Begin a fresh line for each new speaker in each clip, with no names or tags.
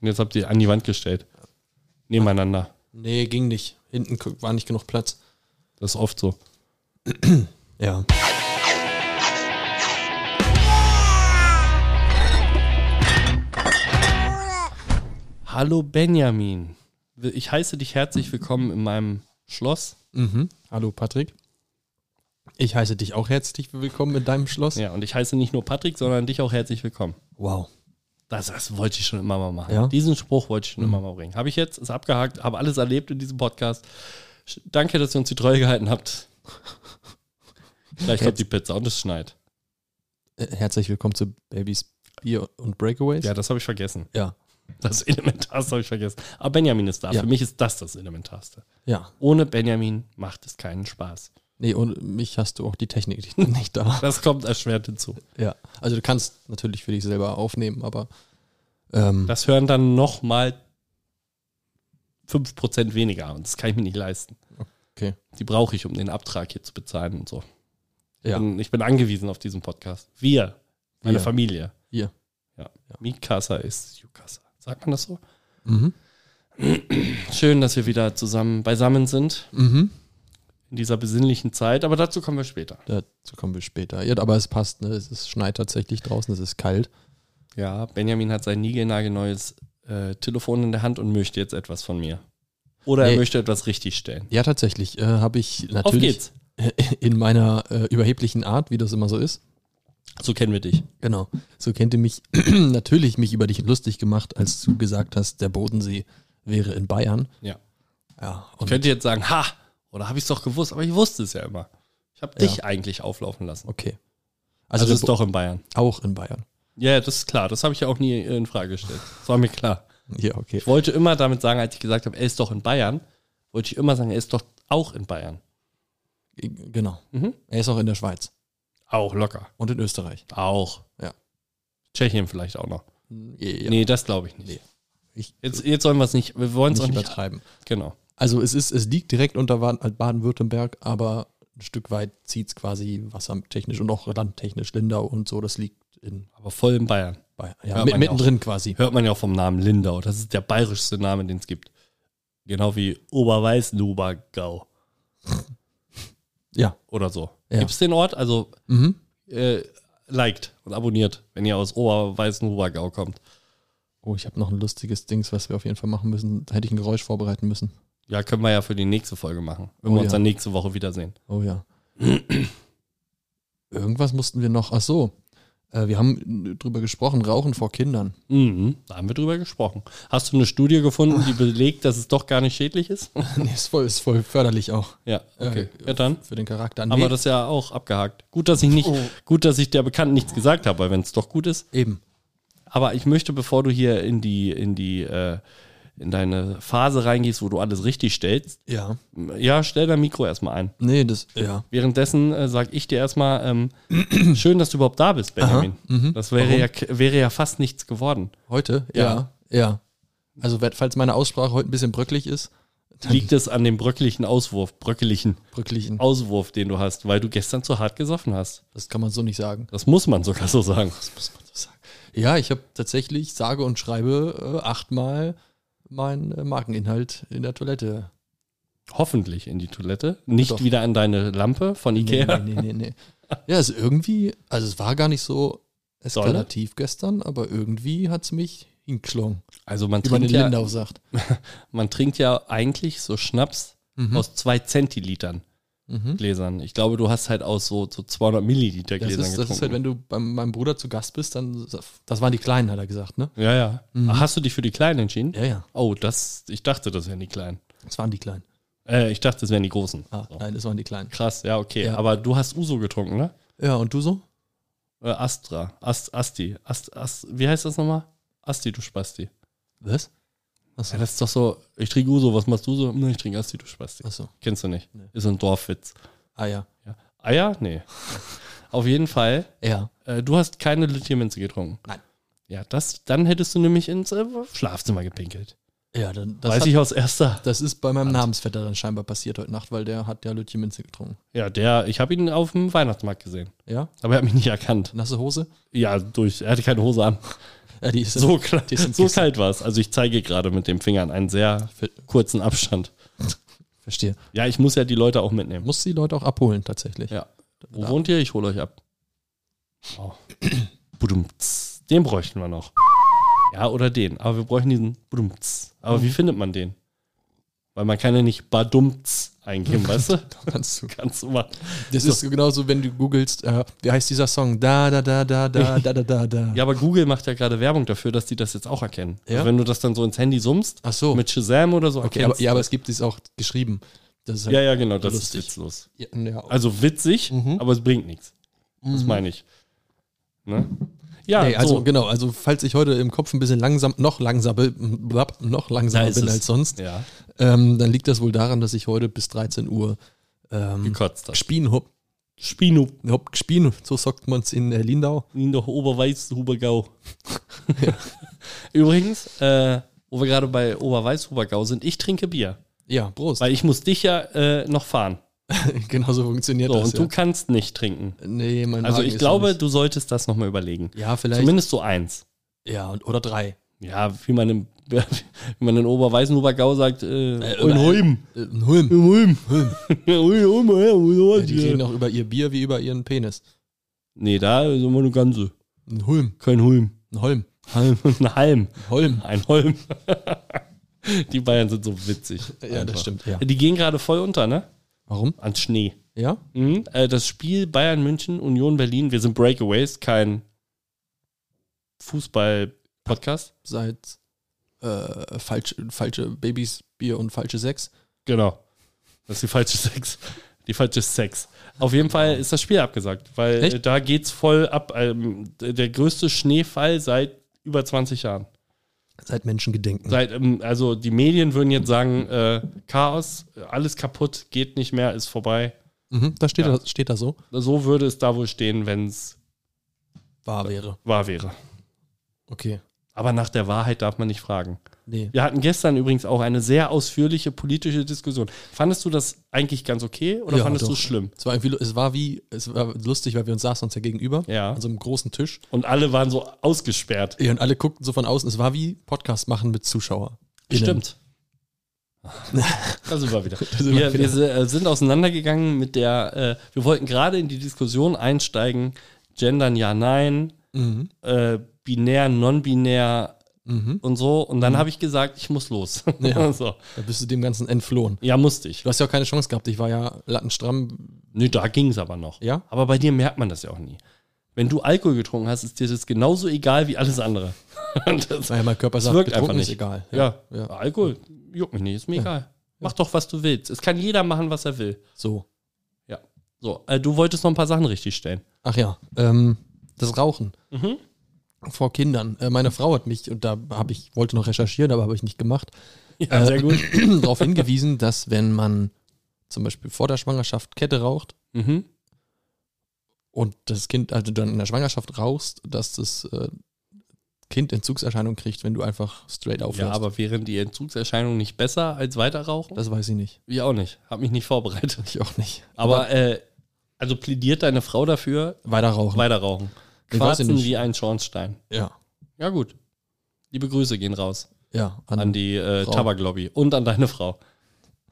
Und jetzt habt ihr an die Wand gestellt. Nebeneinander.
Nee, ging nicht. Hinten k- war nicht genug Platz.
Das ist oft so.
Ja.
Hallo Benjamin. Ich heiße dich herzlich willkommen in meinem Schloss.
Mhm. Hallo Patrick. Ich heiße dich auch herzlich willkommen in deinem Schloss.
Ja, und ich heiße nicht nur Patrick, sondern dich auch herzlich willkommen.
Wow.
Das, das wollte ich schon immer mal machen.
Ja? Mhm.
Diesen Spruch wollte ich schon immer mal bringen. Habe ich jetzt, ist abgehakt, habe alles erlebt in diesem Podcast. Sch- Danke, dass ihr uns die Treue gehalten habt. Vielleicht kommt die Pizza und es schneit.
Äh, herzlich willkommen zu Babys Bier und Breakaways.
Ja, das habe ich vergessen.
Ja.
Das Elementarste habe ich vergessen. Aber Benjamin ist da.
Ja.
Für mich ist das das Elementarste.
Ja.
Ohne Benjamin macht es keinen Spaß.
Nee, und mich hast du auch die Technik nicht- nicht da.
Das kommt erschwert hinzu.
Ja. Also du kannst natürlich für dich selber aufnehmen, aber ähm,
Das hören dann nochmal 5% weniger und das kann ich mir nicht leisten.
Okay.
Die brauche ich, um den Abtrag hier zu bezahlen und so. Ich,
Ja.
bin, ich bin angewiesen auf diesen Podcast. Wir, meine
Wir.
Familie.
Ihr.
Ja.
Ja.
Mikasa ist Yukasa. Sagt man das so?
mhm.
Schön, dass wir wieder zusammen beisammen sind
Mhm.
in dieser besinnlichen Zeit, aber dazu kommen wir später.
Dazu kommen wir später. Ja, aber es passt, ne? Es ist, schneit tatsächlich draußen, es ist kalt.
Ja, Benjamin hat sein niegelnagelneues äh, Telefon in der Hand und möchte jetzt etwas von mir. Oder er
Nee.
möchte etwas richtigstellen.
Ja, tatsächlich. Äh, Habe ich
Auf
natürlich
geht's.
in meiner äh, überheblichen Art, wie das immer so ist.
So kennen wir dich.
Genau. So kennt ihr mich natürlich mich über dich lustig gemacht, als du gesagt hast, der Bodensee wäre in Bayern.
Ja.
Ja.
Ich
Und
könnte jetzt sagen, ha, oder habe ich es doch gewusst, aber ich wusste es ja immer. Ich habe
Ja.
dich eigentlich auflaufen lassen.
okay.
Also,
Also,
das
der
ist
Bo-
doch in Bayern.
auch in Bayern.
Ja, ja, das ist klar. Das habe ich ja auch nie in Frage gestellt. Das war mir klar.
Ja, okay.
Ich wollte immer damit sagen, als ich gesagt habe, er ist doch in Bayern, wollte ich immer sagen, er ist doch auch in Bayern.
Genau.
Mhm.
Er ist auch in der Schweiz
Auch locker.
und in Österreich.
Auch.
Ja.
Tschechien vielleicht auch noch.
Ja.
Nee, das glaube ich nicht.
Nee. Ich-
jetzt, jetzt sollen wir es nicht. Wir wollen es
Nicht
auch nicht.
übertreiben.
Genau.
Also es ist, es liegt direkt unter Baden- Baden-Württemberg, aber ein Stück weit zieht es quasi wassertechnisch und auch landtechnisch Lindau und so. Das liegt in
Aber voll in Bayern.
Bayern. Ja,
Hört
mit,
man ja
mittendrin quasi.
Hört man ja auch vom Namen Lindau. Das ist der bayerischste Name, den es gibt. Genau wie Oberweißnubergau
Ja.
oder so.
Ja.
Gibt es den Ort? Also
Mhm.
äh, liked und abonniert, wenn ihr aus Oberweißnubergau kommt.
Oh, ich habe noch ein lustiges Dings, was wir auf jeden Fall machen müssen. Da hätte ich ein Geräusch vorbereiten müssen.
Ja, können wir ja für die nächste Folge machen. Wenn
Oh
wir uns
ja.
dann nächste Woche wiedersehen.
Oh ja. Irgendwas mussten wir noch. Ach so. Äh, wir haben drüber gesprochen, Rauchen vor Kindern.
Mhm, da haben wir drüber gesprochen. Hast du eine Studie gefunden, die belegt, dass es doch gar nicht schädlich ist?
nee, ist voll, ist voll förderlich auch
Ja, okay.
Äh,
Ja, dann
für den Charakter.
haben wir
Nee,
das ja auch abgehakt. Gut, dass ich nicht,
Oh.
gut, dass ich der Bekannten nichts gesagt habe, weil wenn es doch gut ist.
eben.
Aber ich möchte, bevor du hier in die, in die, äh, in deine Phase reingehst, wo du alles richtig stellst,
Ja.
ja, stell dein Mikro erstmal ein.
Nee, das, ja.
Währenddessen äh, sage ich dir erstmal, ähm, schön, dass du überhaupt da bist, Benjamin. Das wäre
mhm. Warum?
ja, k- wäre ja fast nichts geworden.
Heute?
Ja.
Ja. Ja. Also, we- falls meine Aussprache heute ein bisschen bröckelig ist,
Liegt es an dem bröckeligen Auswurf, bröckeligen
bröckeligen,
Auswurf, den du hast, weil du gestern zu hart gesoffen hast.
das kann man so nicht sagen.
Das muss man sogar so sagen.
Das muss man so sagen. Ja, ich habe tatsächlich sage und schreibe äh, achtmal meinen äh, Markeninhalt in der Toilette.
Hoffentlich in die Toilette. Nicht
Doch.
wieder an deine Lampe von Ikea.
Nee, nee, nee, nee. Ja, ist irgendwie, also es war gar nicht so eskalativ gestern, aber irgendwie hat es mich hingeschlungen,
Also man
wie man
trinkt,
in
ja,
Lindau sagt.
man trinkt ja eigentlich so Schnaps
Mhm.
aus zwei Zentilitern
Mhm.
Gläsern. Ich glaube, du hast halt aus so, so 200 Milliliter
Das,
Gläsern
ist, das
getrunken.
ist halt, wenn du bei meinem Bruder zu Gast bist, dann, das waren die Kleinen, hat er gesagt, ne?
ja, ja.
Mhm.
Ach, hast du dich für die Kleinen entschieden?
Ja, ja,
Oh, das, ich dachte, das wären die Kleinen.
das waren die Kleinen.
Äh, ich dachte, das wären die Großen.
Ah,
So.
nein, das waren die Kleinen.
Krass, ja, okay.
Ja.
Aber du hast Uso getrunken, ne?
Ja, und du so?
Äh, Astra. Ast, Asti. Ast, Ast, wie heißt das nochmal? Asti, du Spasti.
Was?
Ja,
Achso.
das ist doch so, ich trinke Uso, was machst du so? Hm, Ich trinke Asti, du Spasti.
Achso.
Kennst du nicht.
Nee.
Ist so ein Dorfwitz.
Ah ja.
Ja. Eier? Nee. Auf jeden Fall,
Ja.
äh, du hast keine Lithiuminze getrunken.
Nein.
Ja, das, dann hättest du nämlich ins äh, Schlafzimmer gepinkelt.
Ja, dann, das,
Weiß
hat,
ich aus erster.
das ist bei meinem Namensvetter dann scheinbar passiert heute Nacht, weil der hat ja Lötchen Minze getrunken.
Ja, der, ich habe ihn auf dem Weihnachtsmarkt gesehen.
Ja?
Aber er hat mich nicht erkannt.
Nasse Hose?
Ja, durch, er hatte keine Hose an.
Ja, die ist
So, kla-
die sind
so
Kissen.
kalt war es. Also ich zeige gerade mit dem Finger an einen sehr
Ver-
kurzen Abstand.
Verstehe.
Ja, ich muss ja die Leute auch mitnehmen.
Muss die Leute auch abholen, tatsächlich.
Ja. Wo wohnt ihr? Ich hole euch ab. Oh. Budumts. Den bräuchten wir noch. Ja, oder den. Aber wir bräuchten diesen Budumts. Aber wie findet man den? Weil man kann ja nicht Badumts eingeben,
Oh
weißt du?
Kannst du.
Kannst du machen.
Das ist genauso, wenn du googelst, äh, wie heißt dieser Song? Da, da, da, da, da, da, da, da, da.
Ja, aber Google macht ja gerade Werbung dafür, dass die das jetzt auch erkennen.
Ja?
Also wenn du das dann so ins Handy summst,
Ach so.
mit Shazam oder so
okay, aber, ja, aber es gibt es auch geschrieben. Das ist
ja, ja, genau, das
Lustig.
ist witzlos.
ja. ja.
Also witzig,
Mhm.
aber es bringt nichts. Das meine ich. Ne? Ja,
nee, also
so.
genau, also falls ich heute im Kopf ein bisschen langsam, noch langsamer, blab, noch
Da
langsamer
ist
bin
es.
als sonst,
ja,
ähm, dann liegt das wohl daran, dass ich heute bis 13 Uhr ähm,
gekotzt das.
gespielt hab.
Spino
Hab gespielt, so sagt man es in äh, Lindau.
in der Oberweiß-Hubergau. Übrigens, äh, wo wir gerade bei Oberweiß-Hubergau sind, ich trinke Bier.
Ja, Prost.
Weil ich muss dich ja äh, noch fahren.
Genauso funktioniert
So,
das.
und
ja.
du kannst nicht trinken.
nee, mein
Also
Magen
ich
ist
glaube,
noch
du solltest das nochmal überlegen.
nicht- ja, vielleicht.
Zumindest so eins.
Ja, und- oder drei.
Ja, wie man, im, wie man in Oberweißen-Hubergau sagt, äh,
oder-
in Holm.
Äh, ein Hulm.
In Holm. In Holm, ja, wo
Ja,
sowas
die
hier?
reden auch über ihr Bier wie über ihren Penis.
Nee, da ist immer eine ganze.
Ein Hulm.
Kein Holm.
Ein Holm.
Halm. Ein Halm.
Ein Holm.
Ein Holm. Die Bayern sind so witzig.
Ja,
Einfach.
das stimmt. Ja.
Die gehen gerade voll unter, ne?
Warum?
An Schnee.
Ja?
Mhm. Äh, Das Spiel Bayern München, Union Berlin, wir sind Breakaways, kein Fußball-Podcast.
Seit äh, falsch, falsche Babys, Bier und falsche Sex.
Genau. Das ist die falsche Sex. Die falsche Sex. Auf jeden Fall ist das Spiel abgesagt, weil
Echt?
äh, da geht's voll ab. Ähm, d- Der größte Schneefall seit über 20 Jahren.
Seit Menschengedenken.
Seit, ähm, also die Medien würden jetzt sagen, äh, Chaos, alles kaputt, geht nicht mehr, ist vorbei.
mhm, da steht,
Ja.
da steht da so.
So würde es da wohl stehen, wenn es
Wahr wäre.
wahr wäre.
Okay.
Aber nach der Wahrheit darf man nicht fragen.
Nee.
Wir hatten gestern übrigens auch eine sehr ausführliche politische Diskussion. Fandest du das eigentlich ganz okay oder
Ja,
fandest du
doch.
es schlimm?
Es war, irgendwie, lu- es war wie, es war lustig, weil wir uns saßen uns ja gegenüber.
Ja.
An so einem großen Tisch.
Und alle waren so ausgesperrt.
Ja, Und alle guckten so von außen. Es war wie Podcast machen mit Zuschauer. Innen.
Stimmt. Da sind wir wieder.
sind wir
wir, wir
wieder.
se- äh, sind auseinandergegangen mit der, äh, wir wollten gerade in die Diskussion einsteigen, gendern ja, nein,
Mhm.
äh, binär, non-binär
Mhm.
und so. Und dann habe ich gesagt, ich muss los.
Ja.
so.
Da bist du dem Ganzen entflohen.
ja musste ich.
Du hast ja auch keine Chance gehabt. Ich war ja lattenstramm.
Nee, da ging es aber noch.
Ja?
Aber bei dir merkt man das ja auch nie. Wenn du Alkohol getrunken hast, ist dir das genauso egal wie alles andere. Und das,
Naja, mein Körper
Es
sagt,
wirkt
betrunken
einfach
ist
nicht.
egal.
ja,
Ja.
Alkohol juckt mich nicht, ist mir egal. Mach doch, was du willst. Es kann jeder machen, was er will.
So.
Ja. So, äh, du wolltest noch ein paar Sachen richtig stellen.
Ach ja, ähm, das Rauchen
Mhm.
vor Kindern. Äh, meine Frau hat mich, und da habe ich, wollte noch recherchieren, aber habe ich nicht gemacht,
Ja, sehr gut.
darauf hingewiesen, dass wenn man zum Beispiel vor der Schwangerschaft Kette raucht
Mhm.
und das Kind, also dann in der Schwangerschaft rauchst, dass das äh, Kind Entzugserscheinung kriegt, wenn du einfach straight
Ja,
aufhörst.
aber wären die Entzugserscheinungen nicht besser als weiterrauchen?
das weiß ich nicht.
ich auch nicht. Hab mich nicht vorbereitet.
Ich auch nicht.
Aber, äh, also plädiert deine Frau dafür,
Weiter rauchen.
weiterrauchen.
Ich weiß
Quarzen
nicht.
wie ein Schornstein.
Ja.
Ja, gut. Liebe Grüße gehen raus
Ja, an,
an die äh,
Frau.
Tabaklobby und an deine Frau.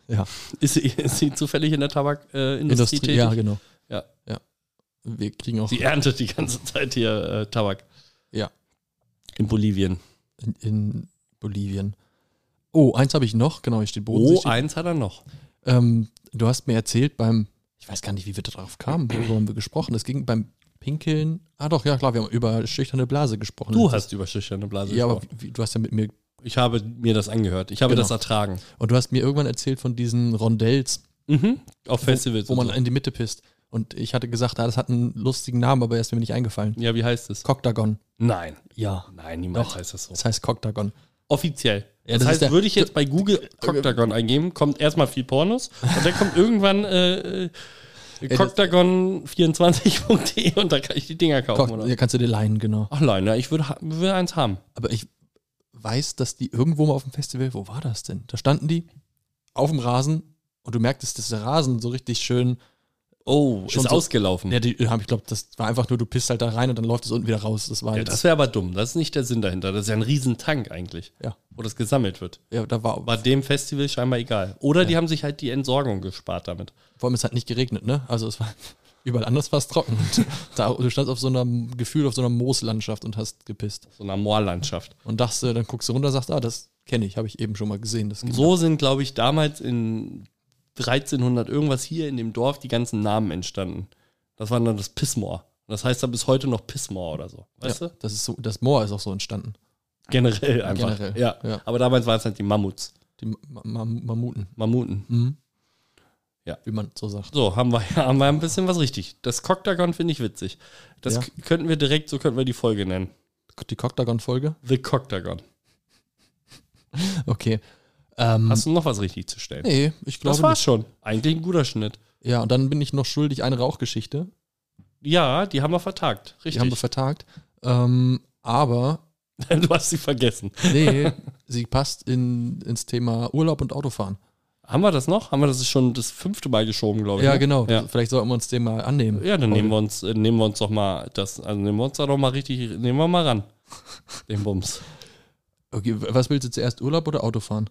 ja.
Ist sie, ist sie zufällig in der Tabakindustrie äh, Industrie
Industrie.
tätig?
Ja, genau.
Ja.
ja. Wir kriegen auch
Sie erntet die ganze Zeit hier äh, Tabak.
Ja.
In Bolivien.
in, in Bolivien. Oh, eins habe ich noch, genau, hier steht
Oh,
Bodensüchtig.
eins hat er noch.
ähm, du hast mir erzählt beim, ich weiß gar nicht, wie wir darauf kamen, worüber haben wir gesprochen. Es ging beim Pinkeln, ah doch, ja klar, wir haben über schüchterne Blase gesprochen.
Du
Letztes-
hast über schüchterne Blase
Ja, aber
gesprochen.
wie, du hast ja mit mir,
Ich habe mir das angehört. Ich habe
Genau.
das ertragen.
und du hast mir irgendwann erzählt von diesen Rondells,
Mhm. Auf Festivals.
wo
und
man in die Mitte pisst. Und ich hatte gesagt, ah, das hat einen lustigen Namen, aber er ist mir nicht eingefallen.
so. Ja, wie heißt es?
Coctagon.
Nein.
Ja.
Nein, niemals
Doch.
heißt das so.
Das heißt Coctagon.
Offiziell.
Ja,
das
das ist
heißt,
der-
würde ich jetzt bei Google Coctagon eingeben, kommt erstmal viel Pornos und dann kommt irgendwann äh,
das-
Coctagon24.de und da kann ich die Dinger kaufen.
Cock,
oder?
ja, kannst du dir leihen, genau.
Ach nein, ja, ich würde, ha- würde eins haben.
Aber ich weiß, dass die irgendwo mal auf dem Festival, wo war das denn? Da standen die auf dem Rasen und du merktest, dass der Rasen so richtig schön,
Oh,
Schon
ist
so-
ausgelaufen.
ja, die haben, ich glaube, das war einfach nur, du pisst halt da rein und dann läuft es unten wieder raus. Das war
Ja,
jetzt,
das wäre aber dumm. Das ist nicht der Sinn dahinter. Das ist ja ein Riesentank eigentlich,
Ja.
wo das gesammelt wird.
ja, da war,
War dem Festival scheinbar egal. Oder die haben sich halt die Entsorgung gespart damit.
vor allem es hat nicht geregnet, ne? Also es war überall anders war es trocken. Und da, du standst auf so einer, gefühlt auf so einer Mooslandschaft und hast gepisst.
So einer Moorlandschaft.
Und dachtest, äh, dann guckst du runter, sagst, ah, das kenne ich, habe ich eben schon mal gesehen. Das
Und
gibt-
so sind, glaube ich, damals in 1300 irgendwas hier in dem Dorf die ganzen Namen entstanden. Das war dann das Pissmoor. Das heißt da bis heute noch Pissmoor oder so. Weißt
ja,
du?
das ist so, das Moor ist auch so entstanden.
Generell einfach.
Generell,
Ja.
ja.
Aber damals waren es halt die Mammuts.
Die Ma Ma Mammuten.
Mammuten.
Mhm.
Ja.
Wie man so sagt.
So, haben wir, haben wir ein bisschen was richtig. Das Coctagon finde ich witzig. Das
Ja.
k- könnten wir direkt, so könnten wir die Folge nennen.
Die Coctagon-Folge?
The Coctagon.
Okay. Ähm,
Hast du noch was richtig zu stellen?
nee, ich
das
glaube
war's
nicht.
schon. Eigentlich ein guter Schnitt.
Ja, und dann bin ich noch schuldig eine Rauchgeschichte.
Ja, die haben wir vertagt.
Die
Richtig.
haben wir vertagt. Ähm, aber,
du hast sie vergessen.
nee, sie passt in, ins Thema Urlaub und Autofahren.
Haben wir das noch? Haben wir das ist schon das fünfte Mal geschoben, glaube ich.
Ja,
ne?
genau.
Ja.
Das- Vielleicht sollten wir uns dem mal annehmen.
Ja, dann nehmen wir uns, äh, nehmen wir uns doch mal das, also nehmen wir uns da doch mal richtig, nehmen wir mal ran. Den Bums.
Okay, w- was willst du zuerst, Urlaub oder Autofahren?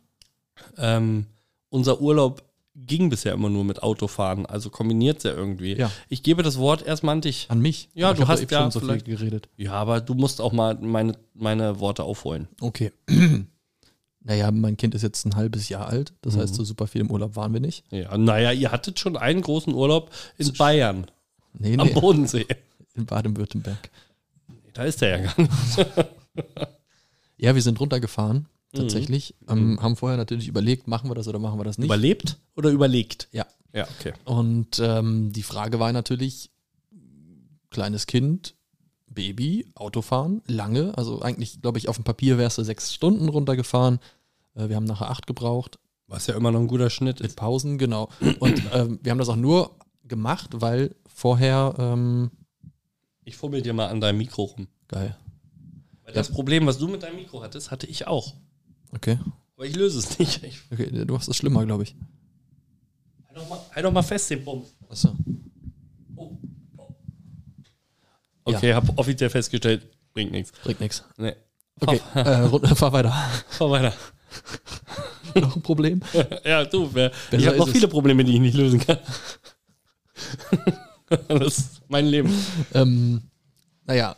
Ähm, unser Urlaub ging bisher immer nur mit Autofahren, also kombiniert ja irgendwie.
Ja.
Ich gebe das Wort erstmal an dich.
An mich?
Ja,
Aber ich
du
hab
hast
doch eben
ja
schon so viel
vielleicht-
geredet.
Ja, aber du musst auch mal meine, meine Worte aufholen.
Okay. naja, mein Kind ist jetzt ein halbes Jahr alt. Das
Mhm.
heißt, so super viel im Urlaub waren wir nicht.
Ja, naja, ihr hattet schon einen großen Urlaub in Bayern,
Nee,
am
nee,
Bodensee.
in Baden-Württemberg.
Da ist der ja gar nicht.
Ja, wir sind runtergefahren, tatsächlich. Ähm, haben vorher natürlich überlegt, machen wir das oder machen wir das nicht.
Überlebt oder überlegt?
ja.
Ja, okay.
Und ähm, die Frage war natürlich, kleines Kind, Baby, Autofahren, lange. Also eigentlich, glaube ich, auf dem Papier wärst du sechs Stunden runtergefahren. Äh, wir haben nachher acht gebraucht,
Was ja immer noch ein guter Schnitt
mit
ist.
Pausen, genau. Und ähm, wir haben das auch nur gemacht, weil vorher, ähm,
Ich fummel dir mal an deinem Mikro rum.
geil,
Weil das Problem, was du mit deinem Mikro hattest, hatte ich auch.
okay.
Aber ich löse es nicht. Ich,
Okay, du hast es schlimmer, glaube ich.
halt, doch mal, halt doch mal fest den Bums.
Achso.
Oh. Okay, hab offiziell festgestellt, bringt nichts.
Bringt nichts.
Nee.
Okay, äh, runter, fahr weiter.
Fahr weiter.
Noch ein Problem?
Ja, du, wer, ich
Besser
habe
ist
noch
es.
viele Probleme, die ich nicht lösen kann. das ist mein Leben.
ähm, naja,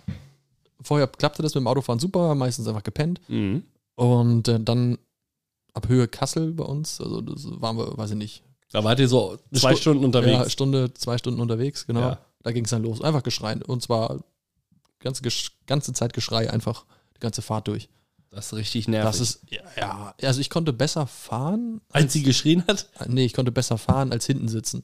vorher klappte das mit dem Autofahren super, meistens einfach gepennt.
Mhm.
Und äh, dann ab Höhe Kassel bei uns, also das waren wir, weiß ich nicht,
Da wart ihr so zwei
Stu-
Stunden
ja,
unterwegs.
Stunde, zwei Stunden unterwegs, genau.
Ja.
Da ging es dann los, einfach geschreien. Und zwar ganze, Gesch- ganze Zeit Geschrei, einfach die ganze Fahrt durch.
Das ist richtig nervig.
Das ist, ja, also ich konnte besser fahren, äh,
als sie geschrien hat?
nee, ich konnte besser fahren als hinten sitzen.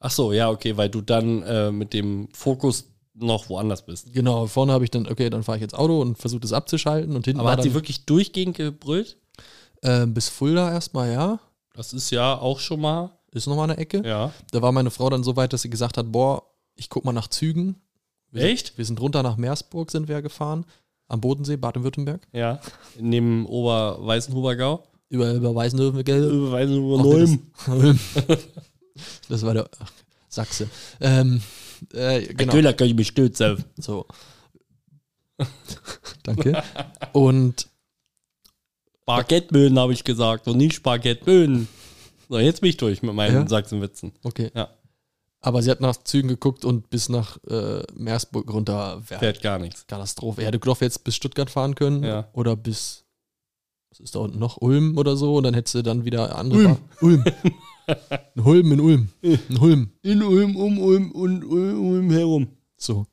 Ach so, ja, okay, weil du dann äh, mit dem Fokus noch woanders bist.
Genau, vorne habe ich dann, okay, dann fahre ich jetzt Auto und versuche das abzuschalten und hinten
Aber
war
hat sie
dann,
wirklich durchgehend gebrüllt?
äh, bis Fulda erstmal, ja,
Das ist ja auch schon mal.
ist nochmal eine Ecke.
Ja.
Da war meine Frau dann so weit, dass sie gesagt hat, boah, ich guck mal nach Zügen.
Echt?
Wir sind runter nach Meersburg, sind wir gefahren, am Bodensee, Baden-Württemberg.
Ja. Neben Oberweißenhubergau.
Über, über Weißenhöfen,
Äh,
gell?
Oberweißenhuber
das, das war der ach, Sachse. Ähm, äh, genau,
Köhler kann ich mich stützen.
so. Danke. Und
Parkettmühlen habe ich gesagt und nicht Parkettmühlen. So, jetzt bin ich durch mit meinen
Ja?
Sachsenwitzen.
Okay.
Ja.
Aber sie hat nach Zügen geguckt und bis nach äh, Meersburg runter. Wär
Fährt gar nichts.
Katastrophe. Er hätte doch jetzt bis Stuttgart fahren können
Ja.
oder bis, was ist da unten noch, Ulm oder so und dann hättest du dann wieder andere.
Ulm.
Bahn- Ulm. Ein Ulm in Ulm. Ein Ulm.
In Ulm, um Ulm und Ulm, Ulm herum.
So.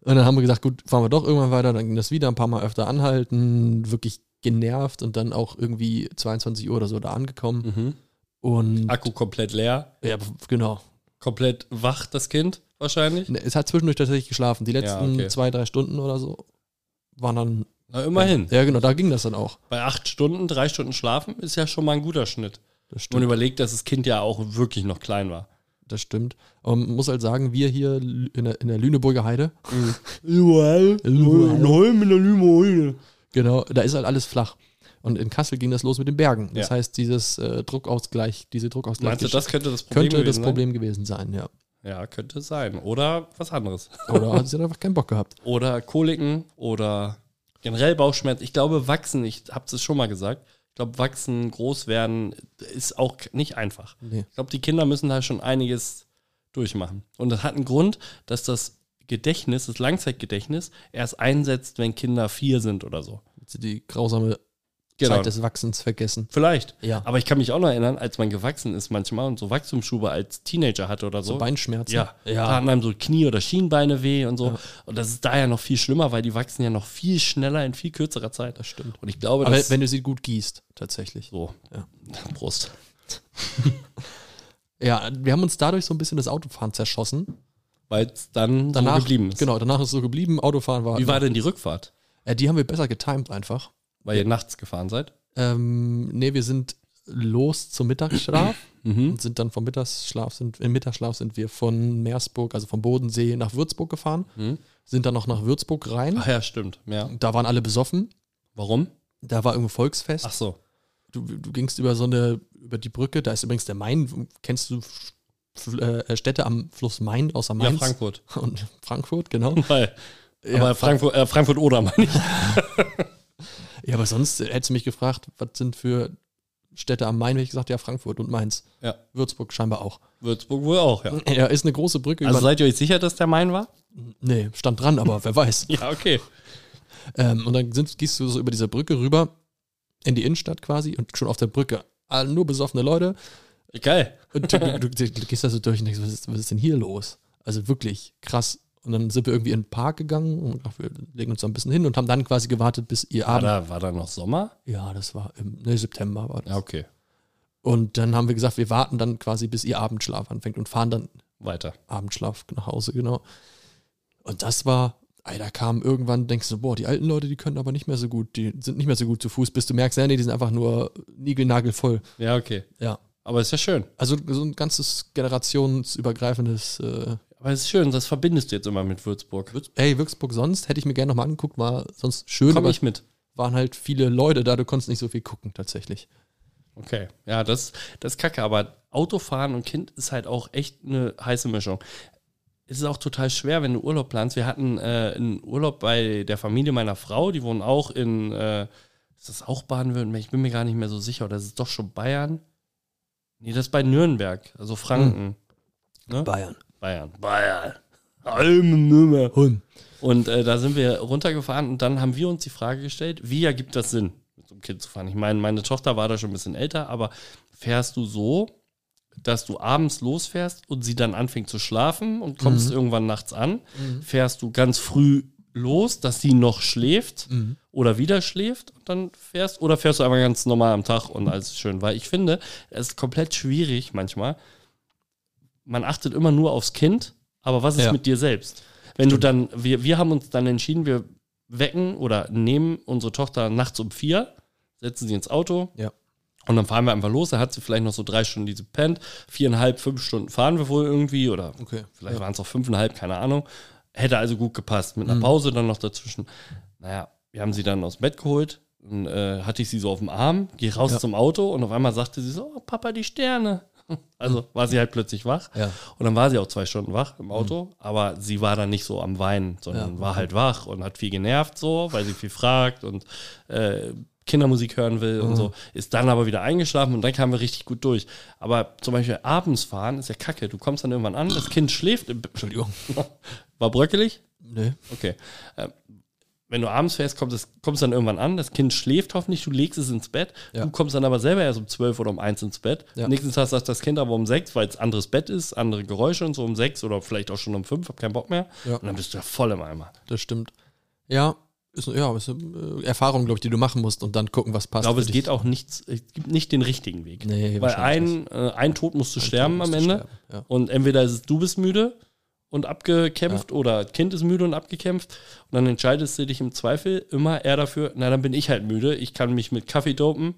Und dann haben wir gesagt, gut, fahren wir doch irgendwann weiter, dann ging das wieder ein paar Mal öfter anhalten, wirklich genervt und dann auch irgendwie 22 Uhr oder so da angekommen.
Mhm.
Und
Akku komplett leer.
ja, genau.
Komplett wach, das Kind wahrscheinlich.
Ne, Es hat zwischendurch tatsächlich geschlafen. Die letzten
okay.
zwei, drei Stunden oder so waren dann.
Na, immerhin.
Ja, genau, da ging das dann auch.
Bei acht Stunden, drei Stunden schlafen ist ja schon mal ein guter Schnitt.
Das
Man überlegt, dass das Kind ja auch wirklich noch klein war.
Das stimmt. Aber man muss halt sagen, wir hier in der, in der Lüneburger Heide,
Überall.
Überall.
Holm in der Lümo.
Genau, da ist halt alles flach. Und in Kassel ging das los mit den Bergen. Das
Ja.
heißt, dieses äh, Druckausgleich, diese Druckausgleich
Meinst du, das könnte das Problem
könnte das
gewesen
Problem gewesen sein, ja.
sein? Ja, könnte sein. Oder was anderes.
Oder hat sie dann einfach keinen Bock gehabt.
Oder Koliken oder generell Bauchschmerz. Ich glaube, wachsen, ich habe es schon mal gesagt, ich glaube, wachsen, groß werden ist auch k- nicht einfach.
Nee.
Ich glaube, die Kinder müssen da schon einiges durchmachen. Und das hat einen Grund, dass das Gedächtnis, das Langzeitgedächtnis, erst einsetzt, wenn Kinder vier sind oder so.
Hat sie die grausame Zeit des Wachsens vergessen.
Vielleicht.
Ja.
Genau. Aber ich kann mich auch noch erinnern, als man gewachsen ist manchmal und so Wachstumsschube als Teenager hatte oder so.
So Beinschmerzen.
Ja, da
ja.
hatten einem so Knie- oder Schienbeine weh und so.
Ja.
Und das ist daher noch viel schlimmer, weil die wachsen ja noch viel schneller in viel kürzerer Zeit.
Das stimmt.
Und ich glaube,
Aber
dass
wenn du sie gut gießt, tatsächlich.
so
Ja.
Brust.
Ja, wir haben uns dadurch so ein bisschen das Autofahren zerschossen.
Weil es dann
Danach,
so geblieben ist.
Genau, danach ist es so geblieben. Autofahren war.
Wie war denn die Rückfahrt?
äh, die haben wir besser getimed einfach.
Weil ihr nachts gefahren seid?
Ähm, nee, wir sind los zum Mittagsschlaf
Mhm.
und sind dann vom Mittagsschlaf sind im Mittagsschlaf sind wir von Meersburg, also vom Bodensee nach Würzburg gefahren,
Mhm. Ah.
sind dann noch nach Würzburg rein.
Ach ja, stimmt. Ja.
Da waren alle besoffen.
Warum?
Da war irgendein Volksfest.
Ach so.
Du, du gingst über so eine über die Brücke. Da ist übrigens der Main. Kennst du F- F- äh, Städte am Fluss Main außer
Ja,
Mainz
Frankfurt.
und Frankfurt? Genau.
Weil,
Ja,
aber Frankfurt, äh, Frankfurt oder meine ich.
Ja, aber sonst äh, hättest du mich gefragt, was sind für Städte am Main? Hätte ich gesagt, ja, Frankfurt und Mainz.
Ja.
Würzburg scheinbar auch.
Würzburg wohl auch, ja.
Ja, ist eine große Brücke.
Also
über,
seid ihr euch sicher, dass der mein war?
nee, stand dran, aber wer weiß.
Ja, okay.
Ähm, und dann sind, gehst du so über diese Brücke rüber in die Innenstadt quasi und schon auf der Brücke. ah, Nur besoffene Leute.
Geil.
Und du, du, du gehst da so durch und denkst, was ist, was ist denn hier los? Also wirklich krass. Und dann sind wir irgendwie in den Park gegangen und ach, wir legen uns da ein bisschen hin und haben dann quasi gewartet, bis ihr
War
Abend.
Ah, da, war da noch Sommer?
Ja, das war im nee, September war das.
okay.
Und dann haben wir gesagt, wir warten dann quasi, bis ihr Abendschlaf anfängt und fahren dann
Weiter.
Abendschlaf nach Hause, genau. Und das war, ey, da kam irgendwann, denkst du, boah, die alten Leute, die können aber nicht mehr so gut, die sind nicht mehr so gut zu Fuß, bis du merkst, ja, nee, die sind einfach nur niegelnagelvoll.
Ja, okay.
Ja.
Aber ist ja schön.
Also so ein ganzes generationsübergreifendes, äh,
Aber es ist schön, das verbindest du jetzt immer mit Würzburg.
hey, Würzburg sonst, hätte ich mir gerne nochmal angeguckt, war sonst schön,
Komm
aber
ich mit.
waren halt viele Leute da, du konntest nicht so viel gucken tatsächlich.
Okay. Ja, das, das ist kacke. Aber Autofahren und Kind ist halt auch echt eine heiße Mischung. Es ist auch total schwer, wenn du Urlaub planst. Wir hatten äh, einen Urlaub bei der Familie meiner Frau. Die wohnen auch in, äh, ist das auch Baden-Württemberg? Ich bin mir gar nicht mehr so sicher. Oder ist es doch schon Bayern? Nee, das ist bei Nürnberg, also Franken. Ne?
Bayern.
Bayern. Bayern. Almen Nummer.
Ulm.
Und äh, da sind wir runtergefahren und dann haben wir uns die Frage gestellt, wie ergibt das Sinn, mit so einem Kind zu fahren? Ich meine, meine Tochter war da schon ein bisschen älter, aber fährst du so, dass du abends losfährst und sie dann anfängt zu schlafen und
Mhm.
kommst irgendwann nachts an? Fährst du ganz früh los, dass sie noch schläft
Mhm.
oder wieder schläft und dann fährst? Oder fährst du einfach ganz normal am Tag und alles ist schön? Weil ich finde, es ist komplett schwierig manchmal. Man achtet immer nur aufs Kind, aber was ist
Ja.
mit dir selbst? Wenn du dann, wir, wir haben uns dann entschieden, wir wecken oder nehmen unsere Tochter nachts um vier, setzen sie ins Auto
Ja.
und dann fahren wir einfach los. Da hat sie vielleicht noch so drei Stunden diese pennt. Viereinhalb, fünf Stunden fahren wir wohl irgendwie oder
Okay.
vielleicht waren es auch fünfeinhalb, keine Ahnung. Hätte also gut gepasst. Mit einer Pause dann noch dazwischen. Naja, wir haben sie dann aus dem Bett geholt. Dann äh, hatte ich sie so auf dem Arm, gehe raus
Ja.
zum Auto und auf einmal sagte sie so: oh, Papa, die Sterne. Also war sie halt plötzlich wach.
Ja. Mhm.
Und dann war sie auch zwei Stunden wach im Auto, aber sie war dann nicht so am Weinen, sondern
Ja.
war halt wach und hat viel genervt so, weil sie viel fragt und äh, Kindermusik hören will
Mhm.
und so. Ist dann aber wieder eingeschlafen und dann kamen wir richtig gut durch. Aber zum Beispiel abends fahren ist ja kacke. Du kommst dann irgendwann an, das Kind schläft. im Be-
Entschuldigung.
War bröckelig?
Nee.
Okay. Ähm, wenn du abends fährst, kommt es kommst dann irgendwann an, das Kind schläft hoffentlich, du legst es ins Bett,
Ja.
du kommst dann aber selber erst um 12 oder um 1 ins Bett.
Ja.
Nächsten Tag sagt das Kind aber um 6, weil es anderes Bett ist, andere Geräusche und so um 6 oder vielleicht auch schon um 5, hab keinen Bock mehr.
Ja.
Und dann bist du ja voll im Eimer.
Das stimmt. Ja, ist, ja, ist eine äh, Erfahrung, glaube ich, die du machen musst und dann gucken, was passt.
Ich glaube,
für
es
dich.
geht auch nichts, es gibt nicht den richtigen Weg.
Nee,
weil
wahrscheinlich
ein, äh, ein Tod musst du sterben
musst
am
du
Ende
sterben, ja.
und entweder ist es du bist müde und abgekämpft oder das Kind ist müde und abgekämpft und dann entscheidest du dich im Zweifel immer eher dafür, na dann bin ich halt müde, ich kann mich mit Kaffee dopen,